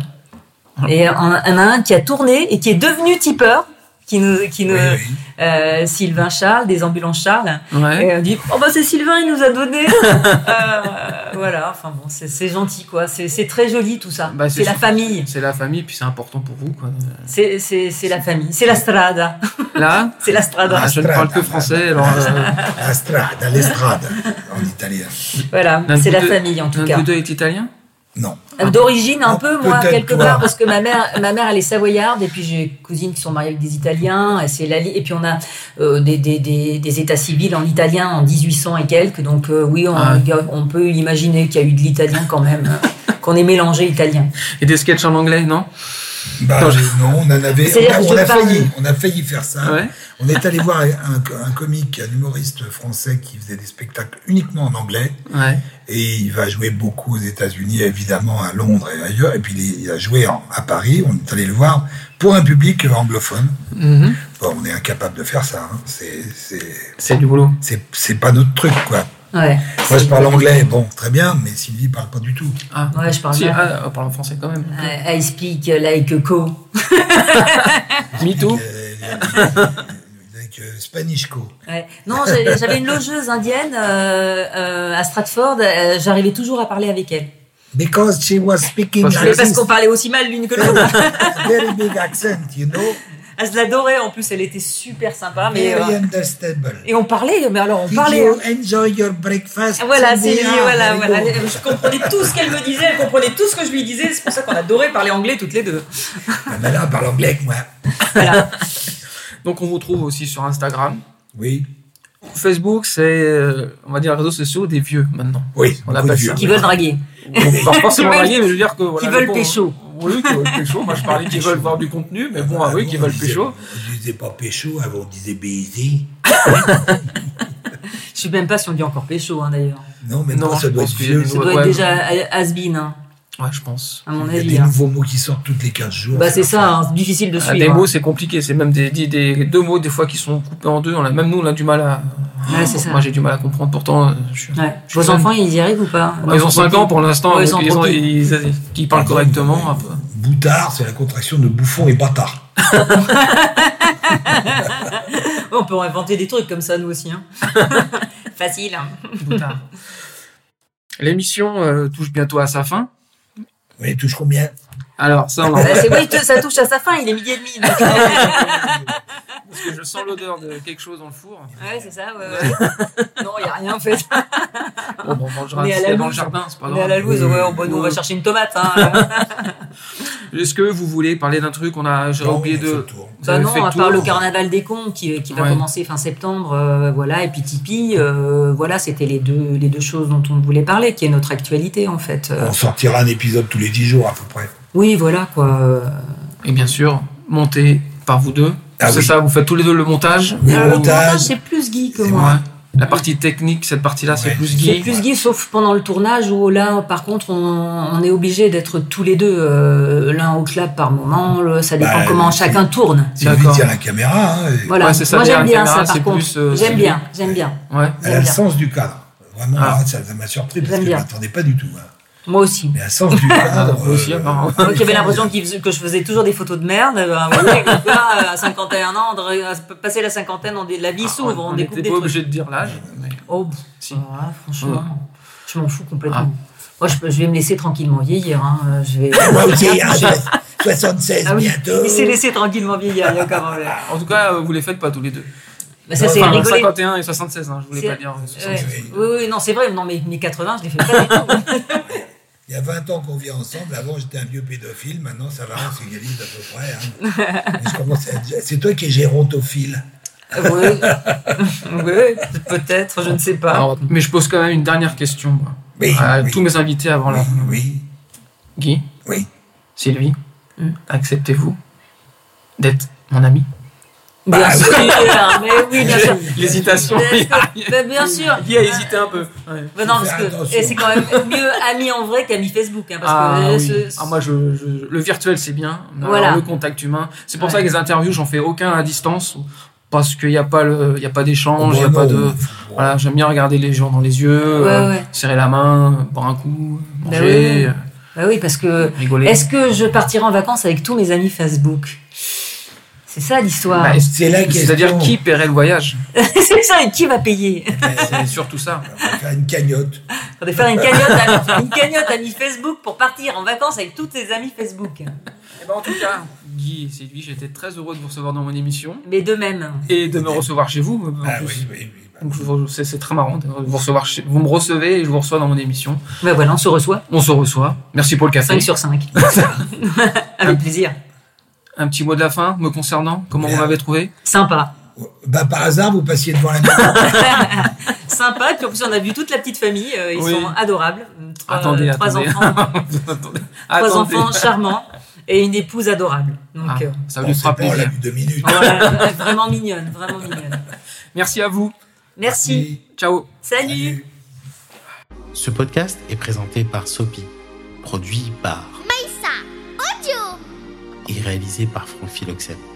C: Ah.
A: Et on on en a un qui a tourné et qui est devenu tipeur, qui nous, qui nous,
B: oui, oui.
A: euh, Sylvain Charles, des ambulances Charles.
C: Ouais.
A: Et on dit, oh bah c'est Sylvain, il nous a
C: [LAUGHS]
A: donné. Euh, voilà, enfin bon, c'est c'est gentil quoi, c'est c'est très joli tout ça.
C: Bah, c'est
A: c'est la
C: sûr.
A: famille,
C: C'est la famille, puis c'est important pour vous. Quoi.
A: c'est c'est- c'est la famille, c'est la strada,
C: Là,
A: c'est la strada.
C: ah, je ne parle que français, alors euh,
B: La strada, l'estrade, en italien.
A: Voilà,
C: l'un de
A: c'est
C: vous
A: la
C: deux-
A: famille en tout
C: l'un de
A: cas.
C: vous deux est italien
B: Non.
A: Euh, D'origine un
B: Ah,
A: peu moi
B: peut-être,
A: quelque
B: toi.
A: part parce que ma mère ma mère elle est savoyarde et puis j'ai des cousines qui sont mariées avec des Italiens et c'est la li- et puis on a euh, des, des, des, des états civils en italien en 1800 et quelques donc euh, oui on,
C: Ah
A: on peut imaginer qu'il y a eu de l'italien quand même
B: [LAUGHS]
A: euh, qu'on est mélangé italien.
C: Et des sketchs en anglais, non
B: Bah,
C: Attends,
B: non, on en avait.
A: C'est-à-dire
B: On a,
A: que
B: on
A: je
B: a
A: parle-
B: failli, on a failli faire ça.
C: Ouais.
B: On est allé voir un, un comique, un humoriste français qui faisait des spectacles uniquement en anglais.
C: Ouais.
B: Et il va jouer beaucoup aux États-Unis, évidemment à Londres et ailleurs. Et puis il il a joué en- à Paris. On est allé le voir pour un public anglophone.
C: Mhm.
B: Bon, on est incapable de faire ça. hein. C'est- c'est-
C: C'est du boulot.
B: C'est c'est pas notre truc, quoi.
A: Ouais.
B: Moi, je parle anglais, bon, très bien, mais Sylvie parle pas du tout.
C: Ah.
A: Ouais, je parle
C: Si,
A: bien.
C: ah, on parle en français quand même.
A: I I speak like a co.
C: Me too.
B: Euh, euh, Avec euh, Spanish Co.
A: Ouais. Non, j'ai- j'avais une logeuse indienne euh, euh, à Stratford. euh, J'arrivais toujours à parler avec elle.
B: Because she was speaking
C: Parce que-
A: Mais
B: like
A: parce
B: this,
A: qu'on parlait aussi mal l'une que l'autre.
B: very big accent, you know,
A: Elle se l'adorait Ah, en plus, elle était super sympa. Mais,
B: very
A: euh,
B: understandable.
A: et on parlait, mais alors on
B: Did
A: parlait.
B: you
A: hein.
B: enjoy your breakfast?
A: Voilà,
B: Sylvie?
A: Sylvie,
B: Ah,
A: voilà,
B: very
A: voilà.
B: good.
A: Je comprenais tout ce qu'elle me disait, elle comprenait tout ce que je lui disais. C'est pour ça qu'on adorait parler anglais toutes les deux.
B: Ah, mais là, on parle anglais avec moi.
C: Donc on vous trouve aussi sur Instagram.
B: Oui,
C: Facebook, c'est, euh, on va dire, les réseaux sociaux des vieux maintenant.
B: oui,
C: On
B: beaucoup
C: appelle
B: vieux.
C: ça.
A: Qui veulent draguer. [LAUGHS]
C: Bon, pas forcément
A: Qui veulent-
C: variés, mais je veux dire que. Voilà,
A: veulent
C: bon,
A: pécho.
C: Oui, qui veulent pécho. Moi, je
A: [LAUGHS]
C: parlais qui veulent voir du contenu, mais bon, ah oui,
B: Avant,
C: qui
B: on
C: veulent
B: disait-
C: pécho.
B: On disait pas pécho, avant on disait baiser.
A: Je sais même pas si on dit encore pécho hein, d'ailleurs.
B: Non, mais
C: Non,
B: non, ça
C: je
B: doit
C: pense
B: être
C: qu'il y a
B: vieux.
C: des
A: Ça doit
C: Ouais.
A: être déjà has-been, hein,
C: Ouais, je pense.
A: à mon
B: Il y a
A: avis.
B: des
A: hein.
B: nouveaux mots qui sortent toutes les 15 jours.
A: Bah, c'est ça, hein, difficile de
C: Ah,
A: suivre.
C: des
A: hein.
C: mots, c'est compliqué. C'est même des, des, des- deux mots, des fois, qui sont coupés en deux. On a, même nous, on a du mal à.
A: Ouais, c'est ça.
C: Moi, j'ai du mal à comprendre. Pourtant, euh, je suis.
A: Ouais.
C: Je suis
A: Vos
C: fan.
A: enfants, ils y arrivent ou pas
C: Ouais, ils ont 5 ans Ah pour l'instant,
A: Ouais, ils
C: donc
A: sont
C: ils, ont-
A: tranquilles.
C: ils, ils- ils parlent correctement. un peu.
B: Boutard, c'est la contraction de bouffon et bâtard.
A: Ouais, On peut inventer des trucs comme ça, nous aussi. hein. [LAUGHS] Facile. hein.
C: Boutard. L'émission euh, touche bientôt à sa fin.
B: Oui, touche combien
A: [LAUGHS]
C: Alors, ça, on en-
A: Bah, c'est vrai, que ça touche à sa fin, il est midi et demi. donc. [LAUGHS]
C: parce que je sens l'odeur de quelque chose dans le four.
A: Ouais, c'est ça, ouais, ouais. Non, il n'y a rien en fait.
C: Bon, bon, on mangera
A: On est à
C: c'est
A: la
C: dans le
A: louche.
C: jardin, c'est pas
A: On est à
C: grave.
A: la loose, ouais, on, bon, nous, on va chercher une tomate. [LAUGHS] Hein.
C: Est-ce que vous voulez parler d'un truc On a, j'aurais
B: Bon,
C: oublié
B: on fait le
C: de.
B: tour.
C: Vous
A: Bah
C: avez
A: non,
C: fait
A: à
C: le
A: part
C: tour.
A: le carnaval des cons qui, qui va
C: Ouais.
A: commencer fin septembre, euh, voilà, et puis Tipeee, euh, voilà, c'était les deux, les deux choses dont on voulait parler, qui est notre actualité en fait. Euh,
B: On sortira un épisode tous les 10 jours à peu près.
A: oui, voilà quoi. euh,
C: Et bien sûr, monté par vous deux.
B: Ah
C: c'est
B: oui.
C: ça, vous faites tous les deux le montage.
B: Oui,
A: Alors, Euh, le
B: montage.
A: montage, c'est plus Guy que
B: C'est
A: moi.
C: Ouais. La partie technique, cette partie-là, c'est
B: Ouais.
C: plus
A: C'est
C: Guy.
A: plus Guy, sauf pendant le tournage où là, par contre, on, on est obligé d'être tous les deux, euh, l'un au clap par moment, le- ça dépend
B: Bah,
A: comment
B: c'est-
A: chacun tourne.
B: Sylvie
C: D'accord.
B: tient la caméra, hein, et
A: Voilà,
C: Ouais, c'est ça,
A: moi j'aime
C: derrière
A: bien
C: la caméra,
A: ça
C: c'est
A: par contre.
C: plus, euh,
A: j'aime
C: Sylvie.
A: bien, j'aime bien,
C: Ouais.
B: elle a le
A: bien.
B: sens du cadre. Vraiment,
C: Ah.
B: ah, ça ça m'a surpris parce
A: J'aime
B: que je ne
A: bien.
B: m'attendais pas du tout. hein.
A: moi aussi.
B: Mais un sens du cadre.
C: Ah,
B: euh,
C: moi aussi, apparemment.
A: Moi qui avais
B: [LAUGHS]
A: l'impression qu'il faisait- que je faisais toujours des photos de merde, euh, ben, vous voyez, comme quoi, euh, à 51 ans, de- passer la cinquantaine, on dé- la vie s'ouvre, on,
C: Ah, on
A: découvre des
C: n'était pas
A: trucs.
C: obligé de dire l'âge. mais-
A: Oh, pff,
C: Si. Ah.
A: voilà, franchement, je m'en fous complètement. Moi, je, peux- je vais me laisser tranquillement vieillir. hein, euh, Je vais,
B: Moi aussi, hein,
A: j'ai-
B: je- 76
A: Ah oui,
B: bientôt.
A: il s'est laissé tranquillement vieillir, il y a aucun problème.
C: En tout cas, euh, vous les faites pas tous les deux.
A: Bah, ça, c'est
C: Enfin,
A: rigolé.
C: 51 et 76, hein, je voulais
A: C'est-
C: pas dire euh, 76.
A: Ouais. Oui, oui, non, c'est vrai, non, mais mes 80, je les fais pas du
C: [LAUGHS]
A: tout.
B: Il y a 20 ans qu'on vit ensemble. Avant, j'étais un vieux pédophile. Maintenant, ça va, on s'égalise à peu près. hein.
A: [LAUGHS]
B: Mais je commence à être- C'est toi qui es gérontophile.
A: oui, oui peut-être, je ne sais pas.
C: Alors, mais je pose quand même une dernière question moi,
B: Oui,
C: à
B: oui,
C: tous mes invités avant
B: oui,
C: là.
B: oui,
C: Guy,
B: oui.
C: Sylvie,
A: Mm.
C: acceptez-vous d'être mon ami
A: bien
B: Bah,
A: sûr, mais oui, Eh
C: [LAUGHS]
A: bien sûr.
C: L'hésitation.
A: Bien
C: Guy
A: sûr, mais [LAUGHS] bien sûr.
C: a hésité un peu. Ouais.
A: Bah non,
B: Faut
A: parce
B: faire
A: que
B: attention.
A: et c'est quand même mieux ami en vrai qu'ami Facebook. Hein, parce
C: Ah,
A: que euh,
C: oui.
A: ce- ce-
C: Ah, moi, je, je- le virtuel, c'est bien. Alors,
A: Voilà.
C: Le contact humain. C'est pour
A: Ouais.
C: ça que les interviews, j'en fais aucun à distance. Parce qu'il n'y a pas le- il y a pas
B: Bon,
C: d'échange, il n'y a
B: non,
C: pas de.
B: bon,
C: Voilà, j'aime bien regarder les gens dans les yeux,
A: Ouais,
C: euh,
A: ouais.
C: serrer la main, euh, boire un coup,
A: Bah
C: manger,
A: oui. Bah oui, parce que
C: euh, rigoler.
A: est-ce que je partirai en vacances avec tous mes amis Facebook C'est ça l'histoire.
C: Bah, est-ce-
B: Ah, C'est la question.
C: C'est-à-dire qui paierait le voyage
A: [LAUGHS] c'est ça, et qui va payer
C: C'est surtout ça.
B: On va faire une cagnotte.
A: On va faire une cagnotte, à- une cagnotte ami Facebook pour partir en vacances avec tous tes amis Facebook.
C: Eh ben, en tout cas, Guy, c'est lui, j'étais très heureux de vous recevoir dans mon émission
A: Mais de même.
C: et de me recevoir chez vous. en
B: Ah
C: plus.
B: oui, oui, oui. bah,
C: Donc, je vous- c'est c'est très marrant de vous recevoir chez- Vous me recevez et je vous reçois dans mon émission.
A: Bah voilà, on se reçoit.
C: On se reçoit. Merci pour le café.
A: 5 sur
C: [LAUGHS]
A: 5. avec plaisir.
C: Un petit mot de la fin me concernant. Comment vous m'avez [LAUGHS] trouvé
A: Sympa.
B: Bah, par hasard, vous passiez devant
C: [LAUGHS]
B: la maison.
A: Sympa, et puis en plus on a vu toute la petite famille, euh, ils
C: Oui.
A: sont adorables. Trois,
C: Attendez,
A: trois
C: attendez.
A: enfants,
C: [LAUGHS] Attendez.
A: trois
C: Attendez.
A: enfants charmants et une épouse adorable. Donc
C: Ah,
A: euh,
C: ça lui fera
B: on l'a
C: plaisir.
B: vu deux minutes.
A: voilà, [LAUGHS] vraiment mignonne, vraiment mignonne.
C: Merci à vous.
A: Merci.
C: Ciao.
A: Salut.
D: Ce podcast est présenté par Sopi, produit par
E: Maïssa, Audio
D: et réalisé par Franck Philoxène.